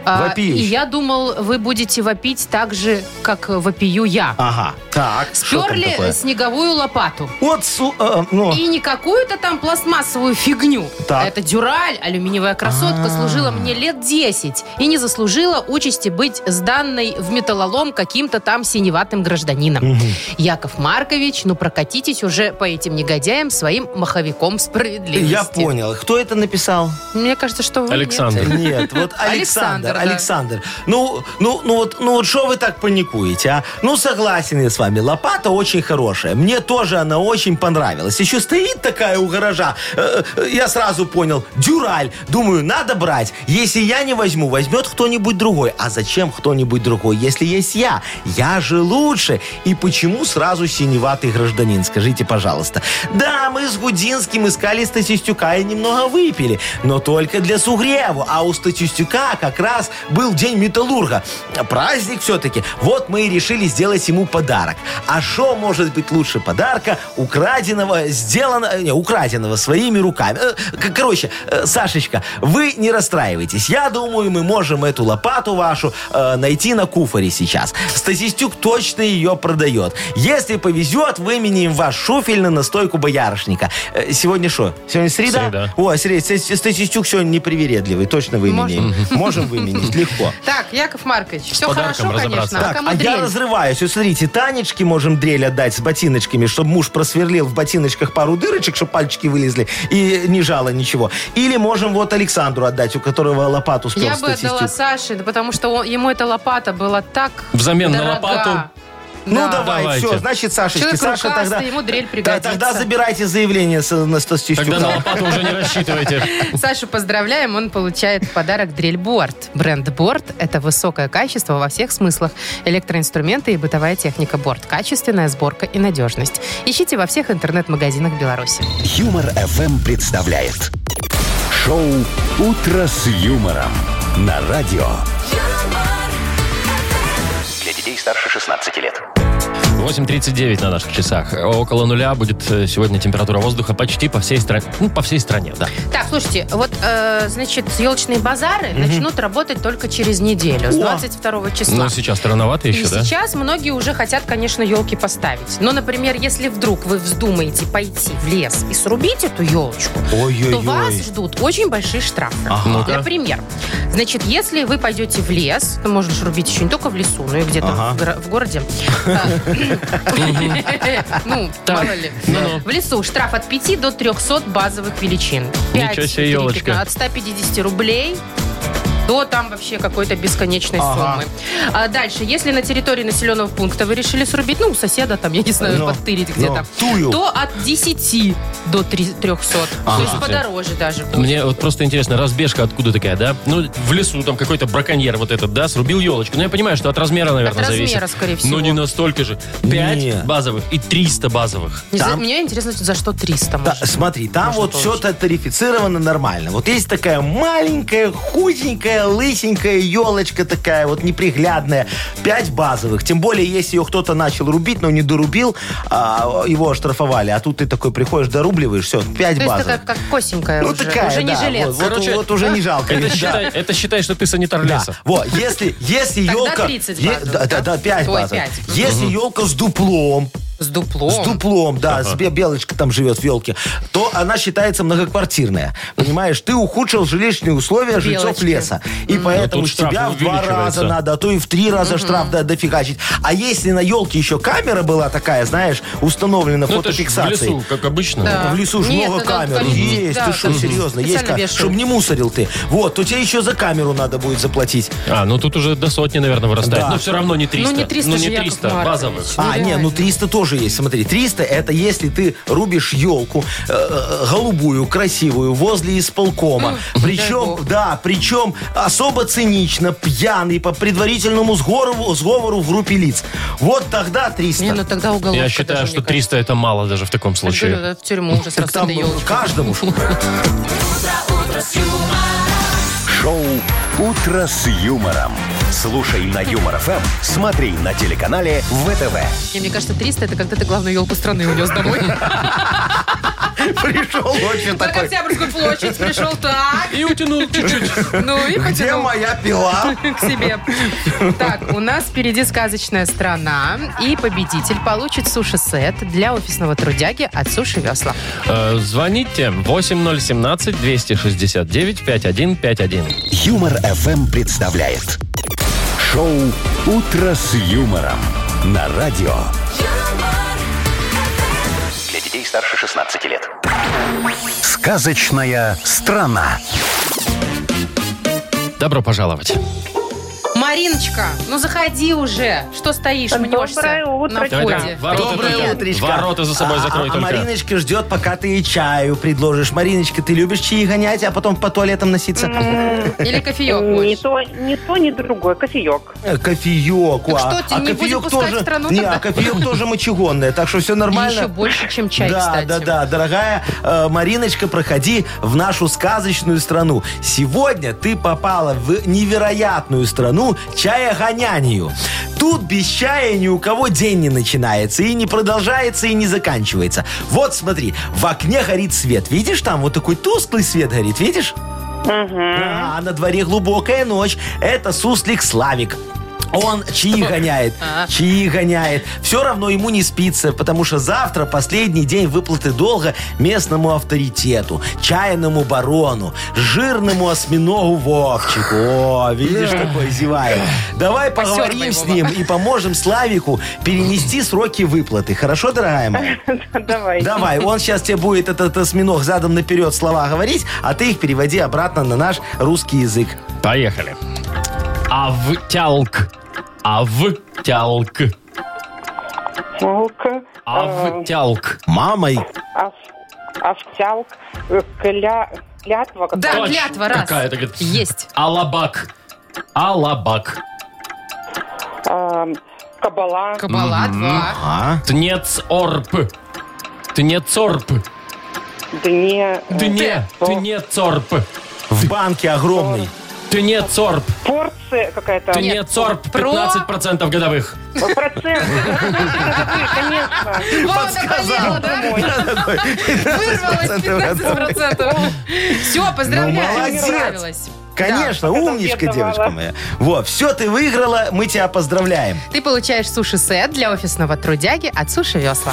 C: А,
D: Вопиющ.
C: И я думал, вы будете вопить так же, как вопию я.
D: Ага. Так, что там
C: Сперли
D: такое?
C: снеговую лопату.
D: Вот су... э, ну,
C: И не какую-то там пластмассовую фигню.
D: Так. А.
C: Это дюраль, алюминиевая красотка, служила мне лет 10 и не заслужила участи быть сданной в металлолом каким-то там синеватым гражданином. Яков Маркович, ну прокатитесь уже по этим негодяям своим маховиком справедливости.
D: я понял. Кто это написал?
C: Мне кажется, что вы
B: Александр.
D: Нет, вот
C: Александр,
D: Александр,
C: да.
D: Александр. Ну, ну, ну вот, ну вот что вы так паникуете, а? Ну, согласен я с вами, лопата очень хорошая. Мне тоже она очень понравилась. Еще стоит такая у гаража. Э, э, Я сразу понял, дюраль. Думаю, надо брать. Если я не возьму, возьмет кто-нибудь другой. А зачем кто-нибудь другой, если есть я? Я же лучше. И почему сразу синеватый гражданин? Скажите, пожалуйста. Да, мы с Гудинским искали статистюка и немного выпили, но только для сугреву. А у статистюка как раз был день металлурга. Праздник все-таки. Вот мы и решили сделать ему подарок. подарок. А что может быть лучше подарка, украденного, сделанного, не, украденного своими руками? Э, к- Короче, э, Сашечка, вы не расстраивайтесь. Я думаю, мы можем эту лопату вашу э, найти на куфоре сейчас. Статистюк точно ее продает. Если повезет, выменим ваш шуфель на настойку боярышника. Э, Сегодня что? Сегодня среда?
B: Среда.
D: О, среда. Ста- Статистюк сегодня непривередливый. Точно выменим. Можем
C: [laughs]
D: выменить, легко.
C: Так, Яков Маркович, все
B: подарком
C: хорошо,
B: разобраться.
C: конечно. а
D: Так,
C: кому
D: а я
C: дрель?
D: разрываюсь. Вот смотрите, Танечке можем дрель отдать с ботиночками, чтобы муж просверлил в ботиночках пару дырочек, чтобы пальчики вылезли, и не жало ничего. Или можем вот Александру отдать, у которого лопату спер
C: Я бы
D: статистюк.
C: отдала Саше, да потому что он- ему эта лопата была так
B: Взамен на
C: дорога.
B: лопату?
D: Ну,
C: Да.
D: давай,
B: Давайте.
D: все, значит, Сашечки,
C: Человек
D: Саша
C: рукастый,
D: тогда...
C: ему дрель
D: Да,
C: пригодится.
D: Тогда забирайте заявление с- на статистюк.
B: Тогда на лопату уже не рассчитывайте.
C: Сашу поздравляем, он получает в подарок дрель-борт. Бренд «Борт» — это высокое качество во всех смыслах. Электроинструменты и бытовая техника «Борт». Качественная сборка и надежность. Ищите во всех интернет-магазинах Беларуси.
A: Юмор FM представляет шоу Утро с юмором на радио.
E: Для детей старше 16 лет.
B: 8.39 на наших часах. Около нуля будет э, сегодня температура воздуха почти по всей стране. Ну, по всей стране, да.
C: Так, слушайте, вот, э, значит, елочные базары начнут работать только через неделю, с 22 числа.
D: Ну,
B: Но сейчас рановато еще,
C: И
B: да?
C: сейчас многие уже хотят, конечно, елки поставить. Но, например, если вдруг вы вздумаете пойти в лес и срубить эту елочку, то вас ждут очень большие штрафы.
B: Ну-ка.
C: Например, значит, если вы пойдете в лес, то можно шрубить еще не только в лесу, но и где-то
D: Ага.
C: в, горо-
B: [laughs]
C: в городе. Ну,
B: Так.
C: мало ли.
B: Ну-ну.
C: В лесу штраф от 5 до 300 базовых величин. Пять,
B: Ничего себе,
C: три,
B: елочка.
C: пятна- От 150 рублей до там вообще какой-то бесконечной
D: Ага.
C: суммы. А дальше, если на территории населенного пункта вы решили срубить, ну, у соседа там, я не знаю,
D: Ну,
C: подтырить
D: ну,
C: где-то,
D: тую.
C: то от 10 до три- 300. То есть подороже даже будет.
B: Мне вот просто интересно, разбежка откуда такая, да? Ну, в лесу там какой-то браконьер вот этот, да, срубил елочку. Ну, я понимаю, что от размера, наверное,
C: От размера,
B: зависит.
C: скорее всего.
B: Но не настолько же.
D: Не.
B: Пять базовых и 300 базовых.
C: Не знаю,
D: там-
C: Мне интересно, за что 300
D: Да,
C: может.
D: смотри, там
C: Можно
D: вот
C: получить.
D: все тарифицировано нормально. Вот есть такая маленькая, худенькая, лысенькая елочка такая, вот неприглядная. Пять базовых. Тем более, если ее кто-то начал рубить, но не дорубил, а, его оштрафовали. А тут ты такой приходишь, дорубливаешь, все, пять
C: То есть
D: базовых.
C: такая как косенькая
D: Ну,
C: уже,
D: такая,
C: уже не
D: да,
C: жилец.
D: вот, вот,
B: Короче,
D: вот уже не жалко.
B: Это
D: Да.
B: считай, это считай, что ты санитар
D: Да,
B: леса.
D: вот, если, если
C: Тогда
D: елка...
C: 30
D: е-
C: базовых,
D: да, да,
C: да?
D: да, 5
C: Ой,
D: базовых.
C: пять.
D: Если елка с дуплом,
C: С дуплом.
D: С дуплом, да. с бе- белочка там живет в елке. То она считается многоквартирная. Понимаешь, ты ухудшил жилищные условия жильцов
C: Белочки.
D: леса. И поэтому
B: Ну, тут
D: с
B: штраф
D: тебя в два
B: увеличивается.
D: раза надо, а то и в три раза штраф да, дофигачить. А если на елке еще камера была такая, знаешь,
B: Ну,
D: установлена
B: это ж в
D: фотофиксацией.
B: лесу, как обычно.
C: Да.
D: В лесу ж
C: Нет,
D: много
C: ну, да,
D: камер.
C: конечно,
D: Есть,
C: да,
D: ты что,
C: там
D: серьезно, есть,
C: специально вешают.
D: чтобы не мусорил ты. Вот, то тебе еще за камеру надо будет заплатить.
B: А, ну тут уже до сотни, наверное, вырастает.
D: Да.
B: Но все равно не 300.
C: Ну, не 300 же, Яков
B: 300
C: Маркович.
B: базовых.
D: А,
C: Ну,
D: не,
C: реально.
D: ну 300 тоже есть, смотри. 300 это если ты рубишь елку голубую, красивую, возле исполкома.
C: бог.
D: Причем, да, причем особо цинично, пьяный, по предварительному сговору, сговору в группе лиц. Вот тогда 300.
C: Не, ну тогда уголок.
B: Я считаю, что 300 это мало даже в таком случае.
C: В тюрьму уже
D: Так
C: сразу
D: там
C: до елочки.
D: каждому ж. [laughs]
A: Шоу Утро с юмором. Слушай на Юмор ФМ, смотри на телеканале ВТВ.
C: И Мне кажется, 300 это когда ты главную елку страны унес
D: [laughs]
C: домой.
D: пришел
B: Ну,
D: очень
C: На
D: такой.
C: Октябрьскую площадь пришел так.
B: И утянул чуть-чуть.
C: Ну и
D: Где
C: потянул
D: моя пила?
C: [laughs] к себе. Так, у нас впереди сказочная страна. И победитель получит суши-сет для офисного трудяги от Суши Весла.
B: Э, Звоните 8017-269-5151.
A: Юмор FM представляет шоу Утро с юмором на радио.
E: Для детей старше 16 лет.
A: Сказочная страна.
B: Добро пожаловать.
C: Мариночка, ну заходи уже. Что стоишь,
G: Доброе
C: мнешься?
G: утро,
C: на
G: Давай,
B: давай,
C: входе?
B: [laughs] ворота Доброе
C: Привет.
B: утро. Ворота за собой
D: А- а-
B: закрой
D: а
B: только.
D: Мариночка ждет, пока ты ей чаю предложишь. Мариночка, ты любишь чаи гонять, а потом по туалетам носиться?
C: Или кофеек
G: Не
C: будешь?
G: то, не то, ни другое. Кофеек.
D: Э, Кофеек.
C: Так
D: а-
C: что, ты
D: а
C: не будем
D: кофеек
C: пускать
D: тоже,
C: в страну
D: Не,
C: тогда?
D: а кофеек тоже мочегонное, так что все
C: И
D: нормально.
C: еще больше, чем чай,
D: да,
C: кстати.
D: да, да, дорогая э, Мариночка, проходи в нашу сказочную страну. Сегодня ты попала в невероятную страну чая гонянию. Тут без чая ни у кого день не начинается, и не продолжается, и не заканчивается. Вот смотри, в окне горит свет. Видишь, там вот такой тусклый свет горит, видишь? А, на дворе глубокая ночь. Это суслик Славик. Он чаи гоняет, чаи гоняет. Все равно ему не спится, потому что завтра последний день выплаты долга местному авторитету, чайному барону, жирному осьминогу Вовчику. О, видишь, такой зевает. Давай
C: Посёрпай
D: поговорим с
C: его,
D: ним и поможем Славику перенести сроки выплаты. Хорошо, дорогая моя?
G: Давай.
D: Давай, он сейчас тебе будет этот осьминог задом наперед слова говорить, а ты их переводи обратно на наш русский язык.
B: Поехали. А Автялк. А Автялк.
G: Овтялка,
B: А Автялк.
D: Мамой.
G: овтялк, э, кля... клятва. как-
C: Да,
B: Точно.
C: клятва, раз.
B: Какая-то, говорит.
C: Есть.
B: Алабак. Алабак.
G: эм, Кабала.
C: Кабала, два.
D: А?
B: Тнецорп. Тнецорп.
G: Дне. э,
B: Тне. Тнецорп.
D: В банке огромный.
B: Тнецорп.
G: Порция какая-то. а
B: Тнецорп.
C: про-
B: 15% годовых.
G: Процент. Конечно.
C: Вова наболела, да? Вырвалась 15%. Все, поздравляю.
D: Ну, молодец.
C: Справилась.
D: Конечно,
G: Да,
D: умничка,
G: конфет давала.
D: девочка моя. Вот, все ты выиграла, мы тебя поздравляем.
C: Ты получаешь суши-сет для офисного трудяги от Суши Весла.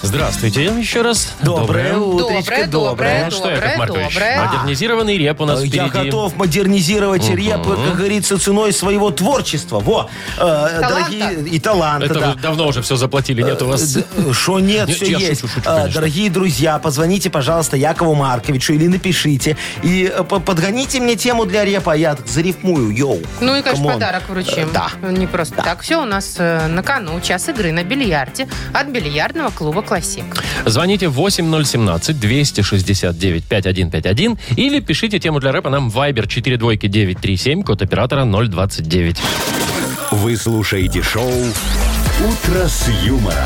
B: Здравствуйте еще раз.
D: Доброе утро.
C: Доброе,
B: Ну
C: доброе,
B: что, Яков
C: доброе,
B: Маркович,
C: доброе.
B: модернизированный реп у нас впереди.
D: Э, Я готов модернизировать реп, как говорится, ценой своего творчества. Во, э, дорогие и таланта.
B: Это
D: да. Э,
B: вы давно уже все заплатили, нет у вас...
D: Д- Шо нет,
B: Нет,
D: все
B: я шучу,
D: есть.
B: шучу,
D: А,
B: конечно.
D: Дорогие друзья, позвоните, пожалуйста, Якову Марковичу или напишите. И э, по- подгоните мне тему для репа, я так зарифмую, йоу.
C: Ну и, конечно,
D: Камон.
C: подарок вручим. Ну,
D: Э, Да.
C: Не просто так. Все у нас э, на кону. Час игры на бильярде от бильярдного клуба «Классик».
B: Звоните 8017-269-5151 или пишите тему для рэпа нам в Viber 42937, код оператора 029.
A: Вы слушаете шоу «Утро с юмором»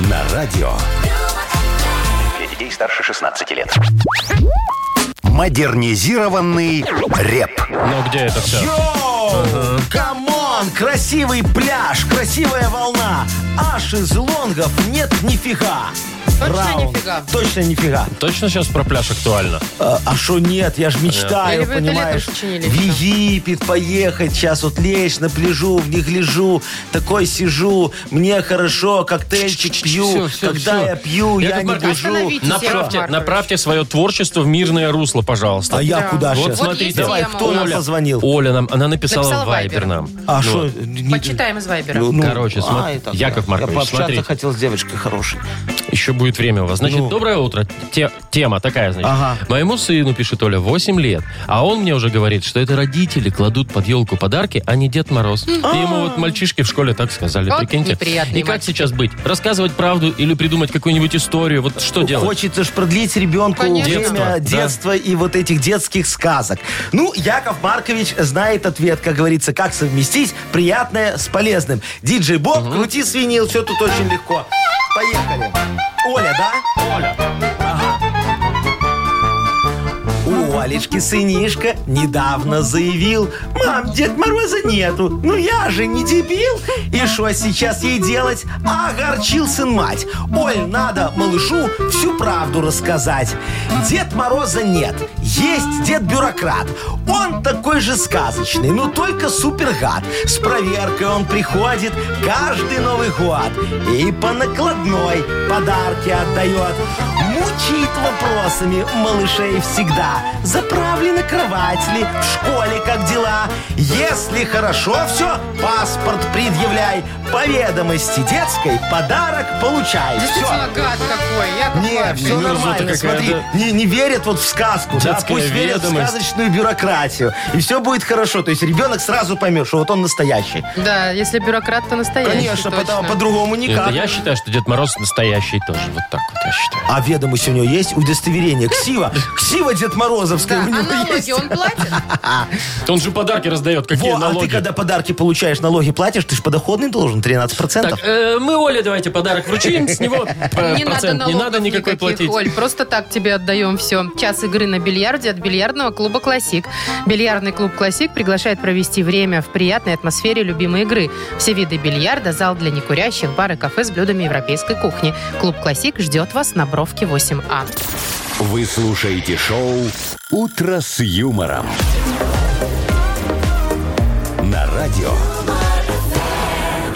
A: на радио
E: Для детей старше 16 лет.
A: «Модернизированный реп».
B: Ну где это все?
D: Йоу! Камон! Красивый пляж, красивая волна. А шезлонгов нет нифига.
C: Точно
D: Раунд.
C: нифига?
D: Точно нифига.
B: Точно сейчас про пляж актуально?
D: Э, А что нет? Я же
C: Или
D: мечтаю,
C: вы это летом
D: понимаешь?
C: сочинили,
D: В Египет поехать, сейчас вот лечь на пляжу, в них лежу, такой сижу, мне хорошо, коктейльчик пью.
B: Всё, всё,
D: Когда
B: всё.
D: я пью, я
B: Яков
D: не
B: Маркович,
D: дружу.
C: остановитесь, Яков
B: Направьте,
C: Маркович.
B: направьте свое творчество в мирное русло, пожалуйста.
D: А я куда
B: Вот
D: сейчас?
B: смотрите.
C: есть
D: Давай,
C: тема
D: кто
C: у
D: нам
C: нас.
D: позвонил?
B: Оля нам, она написала,
C: Написала
B: в Viber
C: Viber.
B: нам.
D: А ну,
B: Ну,
D: что?
C: Почитаем из Вайбера.
B: Короче, смотри, Яков Маркович,
D: а, я пообщаться
B: смотрите.
D: хотел с девочкой хорошей.
B: Еще будет время у вас. Значит,
D: Ну.
B: доброе утро. Те- тема такая, значит.
D: Ага.
B: Моему сыну, пишет Оля, 8 лет. А он мне уже говорит, что это родители кладут под елку подарки, а не Дед Мороз. И ему вот мальчишки в школе так сказали,
C: Вот
B: прикиньте.
C: неприятные
B: И как
C: мальчики.
B: сейчас быть? Рассказывать правду или придумать какую-нибудь историю? Вот что делать?
D: Хочется ж продлить ребенку
C: Конечно.
D: время
B: Детство, да.
D: детства и вот этих детских сказок. Ну, Яков Маркович знает ответ, как говорится, как совместить приятное с полезным. Диджей Боб, крути свинил, все тут очень легко. Поехали. Оля, да? У Олечки сынишка недавно заявил, «Мам, Дед Мороза нету, ну я же не дебил!» И что сейчас ей делать? А Огорчил сын мать. Оль, надо малышу всю правду рассказать. Дед Мороза нет, есть дед-бюрократ. Он такой же сказочный, но только супергад. С проверкой он приходит каждый Новый год. И по накладной подарки отдает. Мучает вопросами малышей всегда. Заправлена кровать ли, в школе как дела. Если хорошо все, паспорт предъявляй. По ведомости детской подарок получай. Все.
C: Действительно, гад какой. Яков
D: Не,
C: Маркович.
D: все
B: мерзота
D: нормально,
B: какая,
D: смотри.
B: да.
D: Не, не верят вот в сказку. да, пусть верят в
B: ведомость.
D: сказочную бюрократию. И все будет хорошо. То есть ребенок сразу поймет, что вот он настоящий.
C: Да, если бюрократ, то настоящий.
D: Конечно,
C: точно.
D: потому- по-другому никак.
B: Это я считаю, что Дед Мороз настоящий тоже. Вот так вот я считаю.
D: А ведомость у него есть удостоверение. Ксива. Ксива Дед Морозовская
C: Да,
D: у
C: а
D: него есть.
C: налоги он
D: [laughs]
C: платит?
B: Он же подарки раздает, какие
D: Во, а ты
B: налоги.
D: когда подарки получаешь, налоги платишь, ты же подоходный должен 13%.
B: Так, э, мы Оле давайте подарок вручим, с него э,
C: Не надо
B: процент не
C: налогов
B: надо никакой
C: никаких,
B: платить.
C: Оль, просто так тебе отдаем все. Час игры на бильярде от бильярдного клуба «Классик». Бильярдный клуб «Классик» приглашает провести время в приятной атмосфере любимой игры. Все виды бильярда, зал для некурящих, бары, кафе с блюдами европейской кухни. Клуб «Классик» ждет вас на Бровке А. 8А.
A: Вы слушаете шоу «Утро с юмором». На радио.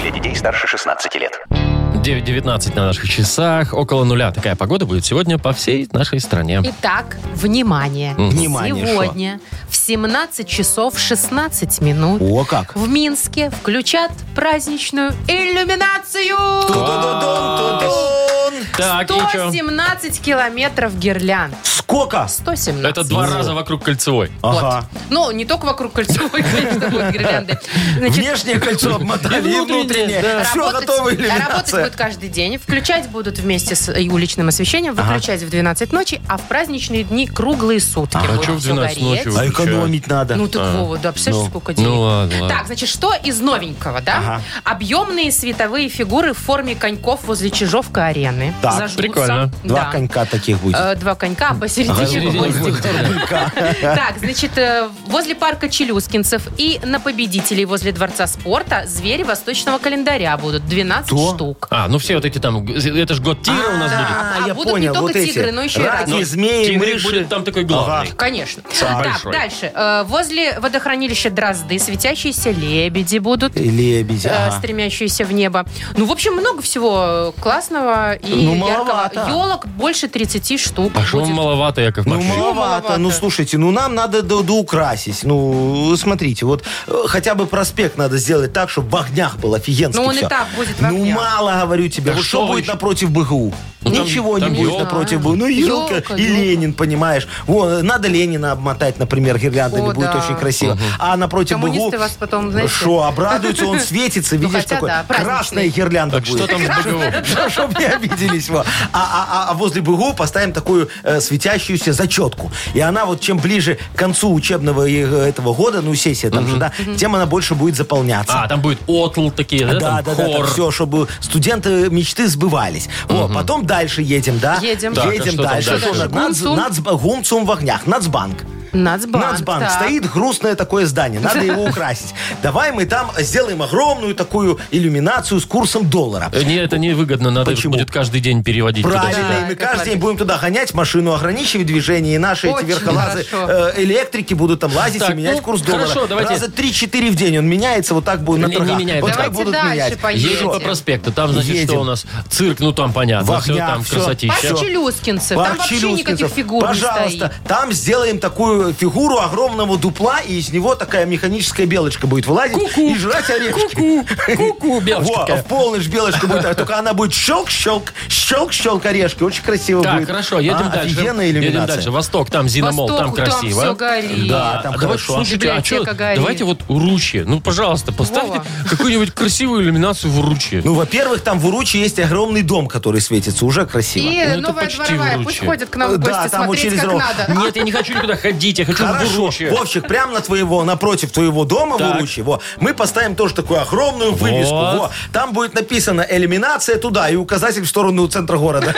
E: Для детей старше 16 лет.
B: 9.19 на наших часах, около нуля. Такая погода будет сегодня по всей нашей стране.
C: Итак, внимание.
D: Внимание, шо?
C: Сегодня в 17 часов 16 минут
D: О, как.
C: в Минске включат праздничную иллюминацию.
D: Ту-ду-дун, ту-дун.
B: Так, и чё?
C: 117 километров гирлянд.
D: Сколько?
C: 117.
B: Это два
D: Ну.
B: раза вокруг кольцевой.
D: Ага.
C: Ну, не только вокруг кольцевой, конечно, будут гирлянды. Значит,
D: Внешнее кольцо обмотали
B: И
D: и
B: внутреннее, да.
D: внутреннее. Все, готовы
C: работать
D: э, иллюминация.
C: будут каждый день. Включать будут вместе с э, и уличным освещением, выключать в 12 ночи, а в праздничные дни круглые сутки.
B: А
C: будет
B: чё в
C: всё
B: 12
C: гореть.
B: ночи? А,
D: А экономить надо.
C: Ну так вот, да, представляешь, сколько денег.
B: Ну ладно, ладно.
C: Так, значит, что из новенького, да?
D: А. Ага.
C: Объемные световые фигуры в форме коньков возле Чижовка арены.
D: Так,
C: Зажгутся.
B: прикольно.
D: Два
C: Да.
D: конька таких будет.
C: Э, Два конька, а посередине
B: Посередине
C: гвоздик.
B: будет турника.
C: [laughs] Так, значит, э, возле парка Челюскинцев и на победителей возле Дворца спорта звери восточного календаря будут. 12
D: Кто?
C: штук.
B: А, ну все вот эти там, это же год тигра у нас будет.
D: А,
C: а
D: я
C: будут не
D: понял,
C: только
D: вот эти.
C: тигры, но еще и
D: Раки,
C: разные.
D: змеи,
B: Тигрик
D: мыши.
B: будет там такой главный.
C: Конечно.
B: Самый
C: так,
B: большой.
C: дальше. Э, Возле водохранилища Дрозды светящиеся лебеди будут.
D: И лебедь,
C: э,
D: ага.
C: стремящиеся в небо. Ну, в общем, много всего э, классного и
D: Ну,
C: яркого.
D: маловато.
C: Елок больше 30 штук
B: А что
C: будет.
B: маловато, Яков
D: Ну,
B: Маркович?
D: маловато. Ну, слушайте, ну, нам надо до- доукрасить. Ну, смотрите, вот э, хотя бы проспект надо сделать так, чтобы в огнях был офигенский
C: Ну, он и
D: всё.
C: так будет в
D: Ну,
C: огнях.
D: мало, говорю тебе.
B: Так
D: Вот
B: что
D: что
B: вы
D: будет
B: ещё?
D: напротив БГУ?
B: Ну, там-
D: Ничего
B: там
D: не будет
B: ёлка.
D: напротив БГУ. Ну, елка
C: Ёлка,
D: и
C: ёлка.
D: Ленин, понимаешь. Вон, надо Ленина обмотать, например, гирляндами.
C: О,
D: будет
C: да.
D: очень красиво. А напротив
C: Коммунисты
D: БГУ...
C: вас потом, знаете...
D: Что, обрадуется,
C: [laughs]
D: он светится, видишь,
C: хотя
D: такой
C: да, праздничный.
D: красная гирлянда
B: Так
D: будет.
B: что там с
C: [laughs]
B: БГУ?
D: [laughs] Чтобы не обиделись. во. А, а- а- а возле БГУ поставим такую э, светящуюся зачетку. И она вот чем ближе к концу учебного и, э, этого года, ну сессия там же, да, тем она больше будет заполняться.
B: А, там будет отл такие, да,
D: Да,
B: А, там
D: да, да,
B: хор.
D: все, чтобы студенты мечты сбывались. Во, потом дальше едем, да?
C: Едем.
B: Так, а
D: едем
B: что там
D: дальше.
B: дальше?
D: Что, нац-
C: Гумцум?
D: нац- Гумцум в огнях, Нацбанк.
C: Нацбанк.
D: Нацбанк
C: так.
D: стоит грустное такое здание,
C: [laughs]
D: надо его украсить. Давай мы там сделаем огромную такую иллюминацию с курсом доллара.
B: Э, Не, это невыгодно, надо
D: Почему?
B: будет каждый день переводить
D: Правильно,
B: туда-сюда.
C: Да,
D: и мы
C: это
D: каждый день
C: правильно.
D: будем туда гонять, машину ограничивать движение, и наши
C: Очень
D: эти верхолазы
C: хорошо.
D: э, электрики будут там лазить
B: Так,
D: и менять
B: ну,
D: курс доллара.
B: хорошо, давайте.
D: Раза 3-4 в день он меняется, вот так будет на
B: Не- не
D: торгах.
B: меняется.
D: Вот так
C: Давайте
D: будут
C: дальше
D: менять.
C: поедем.
B: Едем по
C: Едем.
B: проспекту, там, значит,
D: Едем.
B: что у нас? Цирк, ну там понятно,
D: В
B: все
D: огнях,
B: там
D: всё.
B: красотища.
C: Парк
D: Всё.
C: Челюскинцев.
D: Парк
C: Там вообще никаких
D: Челюскинцев.
C: фигур не
D: Пожалуйста,
C: стоит.
D: там сделаем такую фигуру огромного дупла, и из него такая механическая белочка будет вылазить и жрать орешки.
B: Ку-ку, белочка
D: Во,
B: такая.
D: а в полночь белочка будет, а только она будет щелк-щелк, щелк-щелк орешки. Очень красиво
B: Так,
D: будет.
B: хорошо, едем
D: А,
B: дальше.
D: Офигенная
B: Едем
D: иллюминация.
B: дальше. Восток, там Зиномол, там
C: Востоку там
B: красиво.
C: всё горит.
D: Да,
B: А
D: там
B: давайте,
D: хорошо.
B: Слушайте, а чё,
C: Библиотека горит.
B: давайте вот Уручье. Ну, пожалуйста, поставьте
C: Вова.
B: какую-нибудь красивую иллюминацию в Уручье.
D: Ну, во-первых, там в Уручи есть огромный дом, который светится. Уже красиво.
C: И
B: это
C: новая
B: почти
C: дворовая.
B: в
C: Пусть
B: Луче.
C: ходят к нам в
D: Да,
C: гости
D: там вот
C: смотреть,
D: через
C: как
D: дорогу.
C: надо.
B: Нет, я не хочу никуда ходить, я хочу в
D: Хорошо.
B: Уручье.
D: Вовчик, прямо на твоего, напротив твоего дома
B: Так.
D: в Уручье, во, мы поставим тоже такую огромную вывеску.
B: Вот.
D: Во. Там будет написано «Элиминация туда» и указатель в сторону центра города.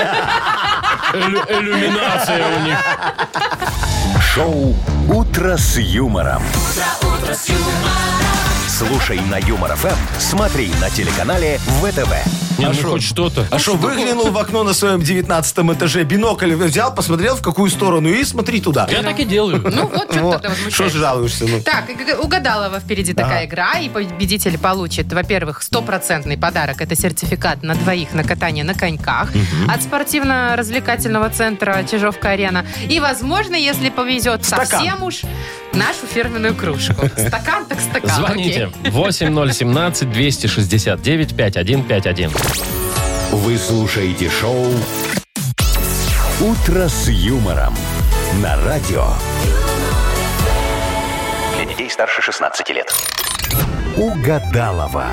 C: [laughs]
B: Элю- Иллюминация у них.
A: Шоу «Утро с юмором». Слушай на Юмор ФМ, смотри на телеканале ВТВ.
B: Не, ну хоть что-то.
D: А что, выглянул в окно на своем девятнадцатом этаже, бинокль взял, посмотрел, в какую сторону, и смотри туда.
B: Я так и делаю.
C: Ну вот, что ты
D: Вот.
C: тогда
D: Что ж
C: возмущаешься.
D: жалуешься? ну?
C: Так, и- угадалова впереди такая игра, и победитель получит, во-первых, стопроцентный подарок. Это сертификат на двоих на катание на коньках от спортивно-развлекательного центра Чижовка-Арена. И, возможно, если повезет
D: Стакан.
C: совсем уж, нашу фирменную кружку. Стакан так стакан.
B: Звоните
C: окей.
B: 8017 269 5151.
A: Вы слушаете шоу «Утро с юмором» на радио.
E: Для детей старше 16 лет.
A: Угадалова.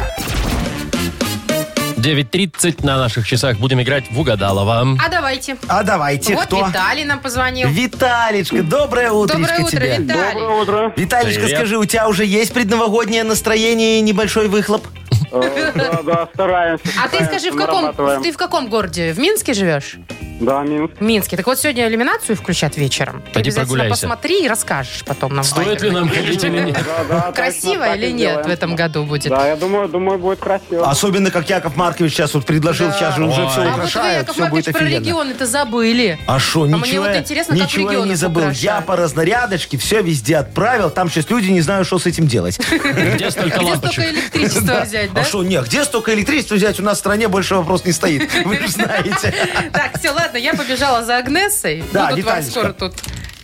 B: 9.30 на наших часах будем играть в угадалово.
C: А давайте.
D: А давайте,
C: вот
D: кто?
C: Виталий нам позвонил.
D: Виталичка, доброе утречко
C: Доброе утро,
D: тебе.
C: Виталий.
I: Доброе утро.
D: Виталичка,
B: Привет.
D: скажи, у тебя уже есть предновогоднее настроение и небольшой выхлоп?
I: Э, Да, да, стараемся.
C: А ты скажи, в каком,
I: Нарабатываем.
C: ты в каком городе? В Минске живешь?
I: Да, минус.
C: В Минске. Так вот сегодня иллюминацию включат вечером. Ты
B: Пойди
C: обязательно
B: прогуляйся.
C: посмотри и расскажешь потом нам. в
B: Стоит
C: Viber.
B: ли нам ходить или нет?
I: Да, да, точно
C: Красиво
I: так и
C: или нет
I: сделаем.
C: в этом году будет? А
I: Да, я думаю, думаю, будет красиво.
D: Особенно, как Яков Маркович сейчас вот предложил, сейчас же уже
B: Ой.
D: все
B: А
C: А вот вы,
D: украшают,
C: Яков
D: все
C: Маркович,
D: будет
C: про
D: офигенно.
C: регионы-то забыли.
D: А что,
C: мне
D: ничего,
C: вот
D: я-
C: интересно, как
D: ничего я
C: регионы
D: не забыл. Я
C: украшают.
D: по разнарядочке все везде отправил. Там сейчас люди не знают, что с этим делать.
B: Где столько
C: Где столько
B: лампочек?
C: электричества взять, [laughs] да?
D: А что, нет, где столько электричества взять? У нас в стране больше вопрос
C: [laughs]
D: не стоит. Вы же знаете.
C: Так, все, ладно, я побежала за Агнесой.
D: Да,
C: Будут вам
D: Виталечка.
C: скоро тут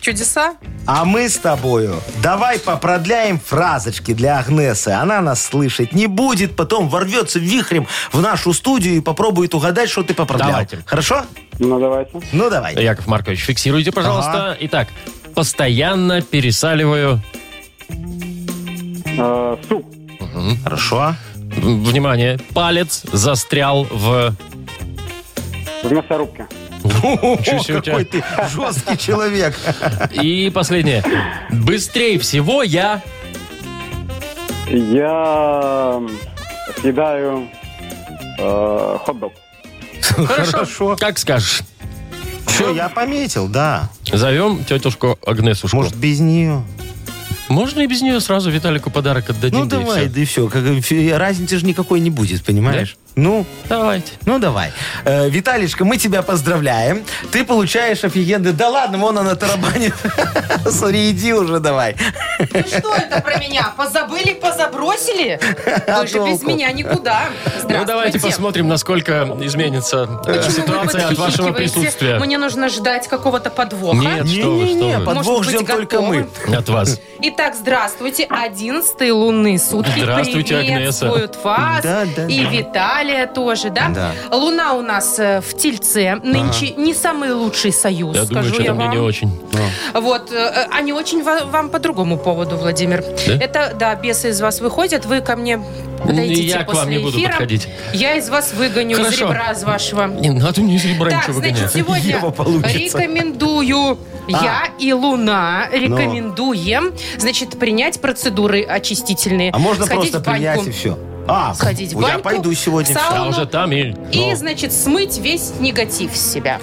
C: чудеса.
D: А мы с тобою давай попродляем фразочки для Агнесы. Она нас слышит не будет, потом ворвется вихрем в нашу студию и попробует угадать, что ты попродлял.
B: Давайте. Э,
D: Хорошо?
I: Ну, давайте.
D: Ну, давай.
B: Яков Маркович, фиксируйте, пожалуйста. Итак, постоянно пересаливаю.
I: Э, Суп.
D: Хорошо.
B: М, Внимание, палец застрял в...
I: В мясорубке.
D: О,
B: Ничего себе у тебя.
D: какой ты жесткий человек.
B: И последнее. Быстрее всего я...
I: Я м, съедаю э, хот-дог.
D: Хорошо.
B: Как скажешь.
D: Все, я пометил, да.
B: Зовем тетушку Агнесушку.
D: Может, без нее.
B: Можно и без нее сразу Виталику подарок отдадим.
D: Ну,
B: да и
D: давай,
B: всё.
D: да и все. Как, э, фи- разницы же никакой не будет, понимаешь? Ну,
B: Давайте.
D: Ну, давай. Э, Виталичка, мы тебя поздравляем. Ты получаешь офигенный... Да ладно, вон она тарабанит. [laughs] Смотри, иди уже давай.
C: Ну что это про меня? Позабыли, позабросили? Вы же без
D: толку?
C: меня никуда. Здравствуйте.
B: А Ну, давайте посмотрим, насколько изменится э,
C: Почему вы
B: ситуация от вашего
C: подхихикиваете?
B: присутствия.
C: Мне нужно ждать какого-то подвоха.
B: Нет, что вы, что
D: Не-не-не,
B: вы.
D: подвох
C: Может быть,
D: ждем только
C: готовы?
D: мы.
B: От вас.
C: Итак, здравствуйте. 11 лунные сутки.
B: Здравствуйте, Агнеса.
C: Приветствуют вас.
D: Да, да,
C: и
D: да.
C: Виталия тоже, да?
D: Да.
C: Луна у нас э, в Тельце. Нынче не самый лучший союз,
B: Я думаю,
C: скажу я
B: что-то мне
C: вам.
B: не очень.
C: Вот, э, э, они очень ва- вам по другому поводу, Владимир.
B: Да?
C: Это, да, бесы из вас выходят, вы ко мне подойдите
B: Я к
C: после
B: вам не буду
C: эфира.
B: подходить.
C: Я из вас выгоню, из
B: Хорошо.
C: ребра из вашего.
B: Не надо ну а мне серебра
C: Так,
B: ничего
C: значит,
B: выгонять.
C: сегодня
D: Ева получится. А.
C: рекомендую я и Луна рекомендуем, значит, принять процедуры очистительные.
D: А можно
C: Сходить
D: просто
C: в баньку.
D: принять и все. А,
C: Сходить в
D: я
C: баньку,
D: пойду сегодня.
C: в сауну.
B: А уже там и...
C: И, значит, смыть весь негатив с себя.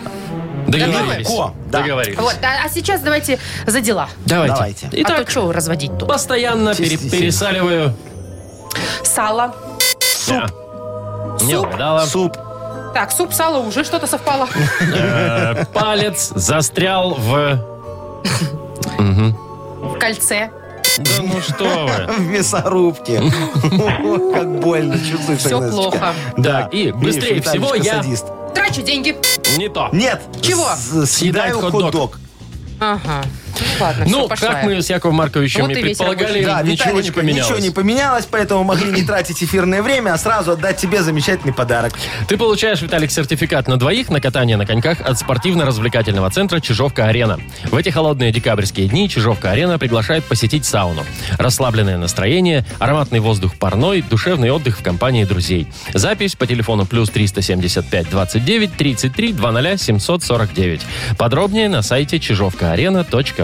B: Договорились.
D: Легко, да.
B: Договорились.
C: Вот, а, а сейчас давайте за дела.
B: Давайте.
D: Давайте.
B: Итак,
C: а то что разводить тут?
B: постоянно пере-
D: Чистите.
B: пересаливаю.
C: Сало.
B: Суп. Не
C: Суп.
B: угадала.
D: Суп. [laughs]
C: Так, суп, сало, уже что-то совпало.
B: Э, Палец застрял в...
C: В кольце.
B: Да ну что вы.
D: В мясорубке. [laughs] О, Как больно чувствуешь.
C: Всё
D: Агнесочка.
C: плохо.
D: [laughs] Да.
B: Так, и быстрее
D: Миш,
B: всего
D: Виталичка
B: я-
D: садист.
C: Трачу деньги.
B: Не то.
D: Нет.
C: Чего?
D: с-
B: Съедает
D: Съедаю
B: хот-дог.
D: хот-дог.
C: Ага. Ну ладно,
B: Ну,
C: всё, пошла
B: как
C: я.
B: мы с Яковом Марковичем
C: Вот
B: и
C: и весь
B: предполагали,
C: рабочий
D: Да,
B: ничего не
D: Виталечка,
B: поменялось.
D: ничего не поменялось, поэтому могли
B: [clears throat]
D: не тратить эфирное время, а сразу отдать тебе замечательный подарок.
B: Ты получаешь, Виталик, сертификат на двоих на катание на коньках от спортивно-развлекательного центра «Чижовка-арена». В эти холодные декабрьские дни «Чижовка-арена» приглашает посетить сауну. Расслабленное настроение, ароматный воздух парной, душевный отдых в компании друзей. Запись по телефону плюс 375 29 33 00 749. Подробнее на сайте чижовкаарена.бай.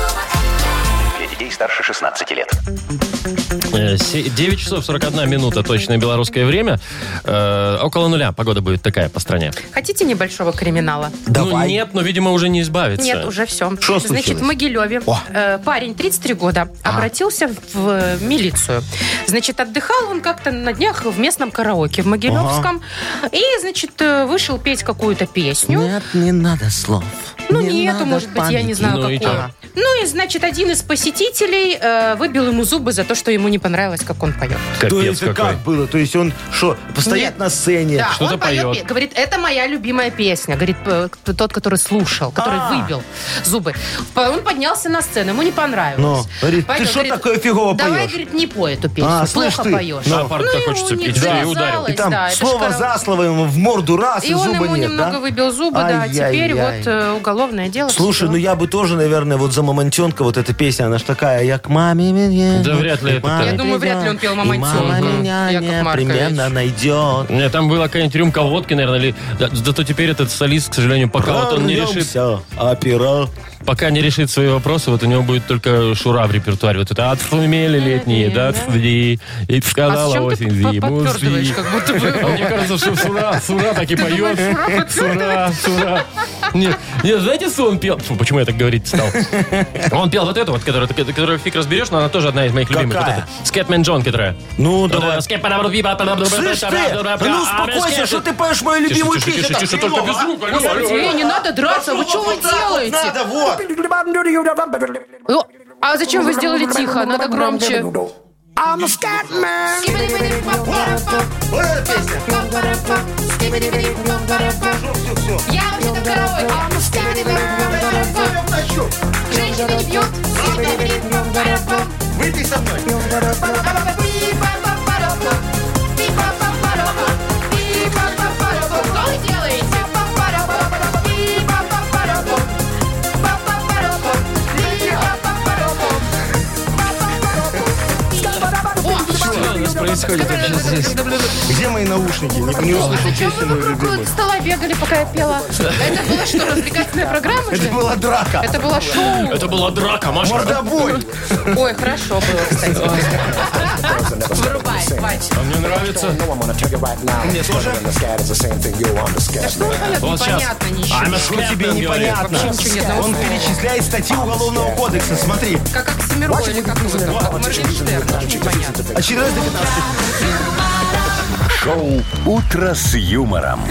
E: Для детей старше 16 лет.
B: Э, се- 9 часов 41 минута точное белорусское время. Э, Около нуля погода будет такая по стране.
C: Хотите небольшого криминала?
D: Давай.
B: Ну нет, но, видимо, уже не избавиться.
C: Нет, уже все.
D: Что
C: Значит,
D: случилось?
C: в Могилеве
D: О.
C: э, парень 33 года обратился в, э, милицию. Значит, отдыхал он как-то на днях в местном караоке в Могилевском. И, значит, э, вышел петь какую-то песню.
D: Нет, не надо слов.
C: Ну,
D: Не
C: нету,
D: надо
C: может быть, я не
D: паники.
C: знаю,
B: Ну и
C: какую.
B: чё?
C: Ну и, значит, один из посетителей э, выбил ему зубы за то, что ему не понравилось, как он поет.
D: То
B: Капец
D: есть это
B: какой.
D: как было? То есть он что, постоять
C: Нет.
D: на сцене?
C: Да,
B: Что-то
C: он поет,
B: поет.
C: пе- говорит, это моя любимая песня. Говорит, э, к- тот, который слушал, который
D: А.
C: выбил зубы. П- Он поднялся на сцену, ему не понравилось.
D: Ну, говорит,
C: Поэтому,
D: «Ты шо такое фигово
C: Давай,
D: поешь?»
C: говорит, не пой эту песню,
D: А, слышь
C: плохо
D: ты.
C: поешь.
B: Ну. А парень так хочется петь, да, и ударил.
D: И там
C: да, это ж
D: слово
C: караоке.
D: за слово ему в морду раз, и,
C: И он
D: зуба
C: ему
D: нет,
C: немного
D: да?
C: выбил зубы, да. а Теперь
D: Ай-яй-яй.
C: вот э, уголовное дело.
D: Слушай,
C: всё.
D: ну я бы тоже, наверное, вот за Мамонтенка вот эта песня, она ж такая, я к маме меня-
B: Да вряд ли
D: к
B: это
D: маме
B: так.
C: Я думаю, вряд ли он пел
D: придём, и Мама
C: «Мамонтёнка»,
D: меня
C: Яков Маркович.
D: непременно найдет.
B: Не, Там была какая-нибудь рюмка водки, наверное, или... Да, зато теперь этот солист, к сожалению, пока вот он не решит,
D: Прорвёмся, опера.
B: пока не решит свои вопросы, вот у него будет только шура в репертуаре. Вот это «Отшумели летние, да, цвели, и
C: а с
B: сказала
C: чем ты
B: осень
C: п-
B: зиму
C: подтвёрдываешь,
B: сви».
C: как будто бы...
B: А Мне кажется, что Сура, Сура так и поет.
C: думаешь, Сура
B: Сура, Сура. Нет, нет, знаете, что он пел? Фу, Почему я так говорить стал? Он пел вот эту вот, которую, ты- которую фиг разберешь, но она тоже одна из моих любимых. Вот
D: Какая?
B: эта. Скэтмен Джон, которая.
D: Ну,
B: Вот
D: давай.
B: это. Скэт-пара-бра-бра-бра-бра-бра-бра-бра-бра-бра-бра-бра-бра-бра-бра-бра-ра.
D: Слышь ты, а ну успокойся, что ты поешь мою
B: Тише,
D: любимую
B: тише,
D: песню?
B: тише,
D: так
B: тише, только без
D: хреново, а?
B: звука.
C: Господи, не надо драться, вы что вы
D: Вот так вот
C: делаете?
D: Надо, вот.
C: О, А зачем вы сделали тихо? Надо громче.
D: Вот эта песня.
C: Я вообще-то король. Женщины не бьют.
D: Выпей со мной.
C: Что вы делаете?
B: Что у нас происходит вообще здесь?
D: Где мои наушники? Не, не услышал песню мою любимую.
C: А Вокруг стола бегали, пока я пела. Это было что, развлекательная программа?
D: Это
C: же?
D: была драка.
C: Это было шоу.
B: Это была драка, Маша.
D: Мордобой.
C: Ой, хорошо было, кстати. Вырубай, Вась.
B: А мне нравится.
D: Мне тоже.
C: Да что он поет?
B: Вот сейчас.
C: Непонятно ничего.
B: I'm a
D: Что тебе
B: Scatman, говорит.
D: непонятно?
C: Вообще ничего не одного
D: Он
C: слова.
D: перечисляет статьи Уголовного кодекса. Смотри.
C: Как Оксимирон или как его там, как Моргенштерн, вообще непонятно.
D: От 14 до 15.
A: Шоу «Утро с юмором».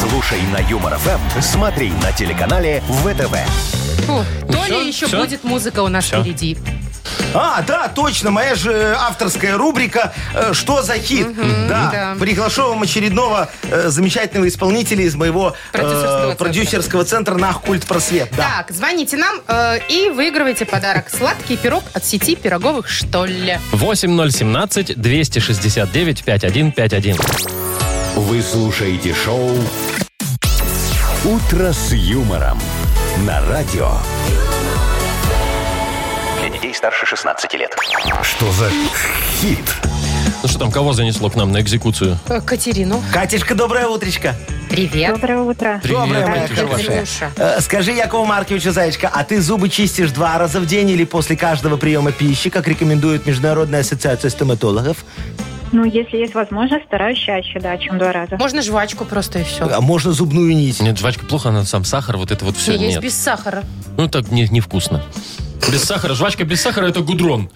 A: Слушай на Юмор ФМ, смотри на телеканале ВТВ.
C: Фу, То
B: Ну, всё,
C: ли еще
B: всё.
C: будет музыка у нас впереди.
D: А, да, точно, моя же э, авторская рубрика э, «Что за хит?».
C: да.
D: да. приглашу вам очередного э, замечательного исполнителя из моего э,
C: Продюсерского центра.
D: продюсерского центра «Нах Культ Просвет». Да.
C: Так, звоните нам э, и выигрывайте подарок. Сладкий пирог от сети пироговых «Что ли».
B: 8017-269-5151.
A: Вы слушаете шоу «Утро с юмором» на радио.
E: Для детей старше 16 лет.
A: Что за хит?
B: Ну что там, кого занесло к нам на экзекуцию?
C: Э, Катерину,
D: Катюшка, доброе утречко.
C: привет.
J: Доброе утро.
D: Доброе, моя
B: Катюша.
D: хорошая.
C: Катюша.
D: Э, Скажи, Якову Марковичу, зайчка, а ты зубы чистишь два раза в день или после каждого приема пищи, как рекомендует Международная ассоциация стоматологов?
J: Ну, если есть возможность, стараюсь чаще, да, чем два раза.
C: Можно жвачку просто и все.
D: А можно зубную нить?
B: Нет, жвачка плохо, она сам сахар, вот это вот все.
C: есть
B: Нет.
C: без сахара. [laughs]
B: Ну так не- невкусно. Без сахара. Жвачка без сахара это гудрон.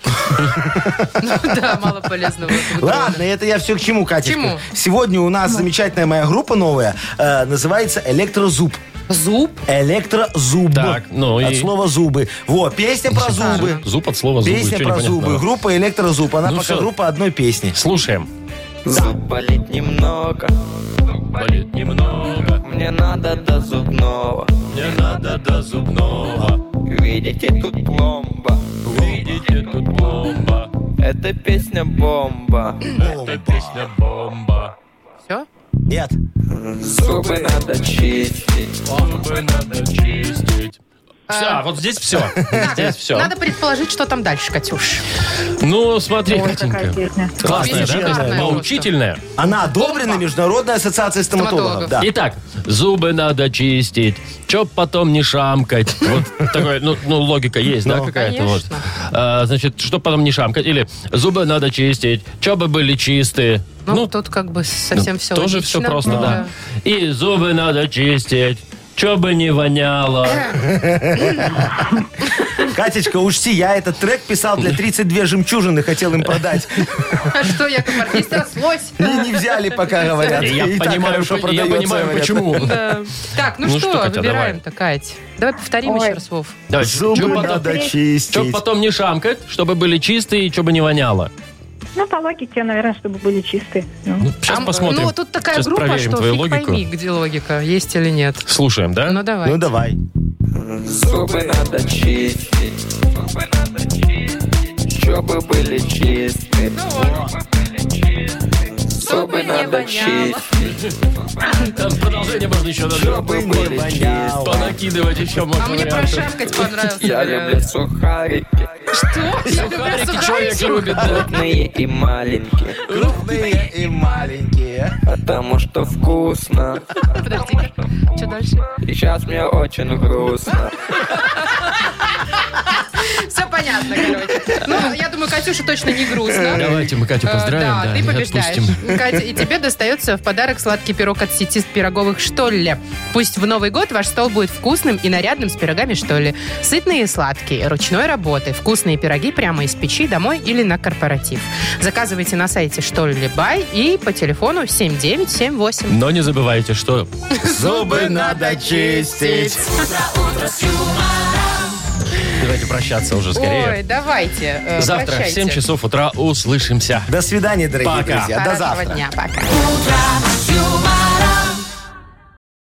C: Ну Да, мало полезного.
D: Ладно, это я все к чему, Катюшка.
C: Чему?
D: Сегодня у нас замечательная моя группа новая, э, называется «Электрозуб».
C: Зуб.
D: Электрозуб.
B: Так, ну
D: От
B: и-
D: слова зубы. Вот, песня про зубы.
B: Зуб от слова зубы.
D: Песня
B: Чего
D: про
B: непонятного?
D: зубы. Группа Электрозуб. Она
B: Ну
D: пока
B: всё.
D: группа одной песни.
B: Слушаем.
H: Зуб болит немного,
B: Болит немного,
H: мне надо до зубного.
B: мне надо до зубного.
H: Видите, тут пломба,
B: Видите, тут бомба,
H: эта песня бомба.
B: эта песня бомба.
C: Все?
D: Нет.
H: Зубы надо чистить,
B: Зубы надо чистить. Все, вот здесь все. Здесь все.
C: Надо предположить, что там дальше, Катюш.
B: Ну, смотри,
J: Ой, какая
B: Катенька.
J: песня.
B: Классная, да?
C: Шикарная
B: То есть
C: просто.
B: Поучительная.
D: Она одобрена Международной ассоциацией стоматологов.
C: Стоматологов.
D: Да.
B: Итак, зубы надо чистить, чтоб потом не шамкать. Вот такая, ну, ну, логика есть, да, какая-то вот.
C: Конечно.
B: А, значит, чтоб потом не шамкать. Или зубы надо чистить, чтобы были Ну, чистые.
C: Ну, тут как бы совсем все
B: Тоже все просто, да. И зубы надо чистить, Че бы не воняло.
D: Катечка, учти, я этот трек писал для 32 жемчужины, хотел им продать.
C: А что, Яков Маркович, срослось?
D: Не, не взяли, пока говорят.
B: Я
D: И так
B: понимаю,
D: хорошо
B: по- я
D: продается,
B: понимаю,
D: говорят.
B: почему.
C: Да. Так, ну,
B: Ну
C: что,
B: что, Катя,
C: выбираем-то, Кать. Давай повторим
G: Ой.
C: еще раз, Вов.
B: Давай, чё
D: Зубы
B: потом-
D: надо
B: чё
D: чистить.
B: потом не шамкать, чтобы были чистые и чтобы не воняло.
J: Ну, по логике, наверное, чтобы были чистые. Ну.
B: Сейчас
C: А,
B: посмотрим.
C: Ну, тут такая
B: Сейчас
C: группа,
B: проверим
C: что
B: твою
C: фиг
B: логику.
C: пойми, где логика, есть или нет.
B: Слушаем, да?
C: Ну, давай.
D: Ну давай.
H: Зубы надо чистить. Зубы надо чистить. Чтобы были чистые. Зубы надо чистить.
B: Там продолжение можно еще надо
H: Чтобы были чистые.
B: понакидывать еще можно.
C: А мне
B: вариантов.
C: прошавкать понравился.
H: Я люблю
C: вариант.
H: сухарики.
C: Что? Я люблю
B: Сухарики человек
C: сухарики?
B: любит. да.
H: Крупные и маленькие.
D: Крупные и маленькие.
H: Потому что вкусно.
C: Подожди, что дальше?
H: И сейчас мне очень грустно.
C: Все понятно, короче. Ну, я думаю, Катюша точно не грустно.
B: Давайте мы Катю
C: Э,
B: поздравим.
C: Да,
B: и
C: ты побеждаешь. Ну,
B: отпустим.
C: Катя, и тебе достается в подарок сладкий пирог от сети пироговых «Штолле». Пусть в Новый год ваш стол будет вкусным и нарядным с пирогами «Штолле». Сытные и сладкие, ручной работы, вкусные пироги прямо из печи домой или на корпоратив. Заказывайте на сайте «Штолле Бай» и по телефону 7978.
B: Но не забывайте,
C: [laughs]
B: что
D: Зубы надо чистить.
B: давайте прощаться уже
C: Ой,
B: скорее.
C: давайте. э,
B: Завтра в
C: прощайте.
B: 7 часов утра услышимся.
D: До свидания, дорогие
B: Пока.
D: друзья. До
C: Хорошего
D: завтра.
C: дня, пока.
K: Утро с юмором.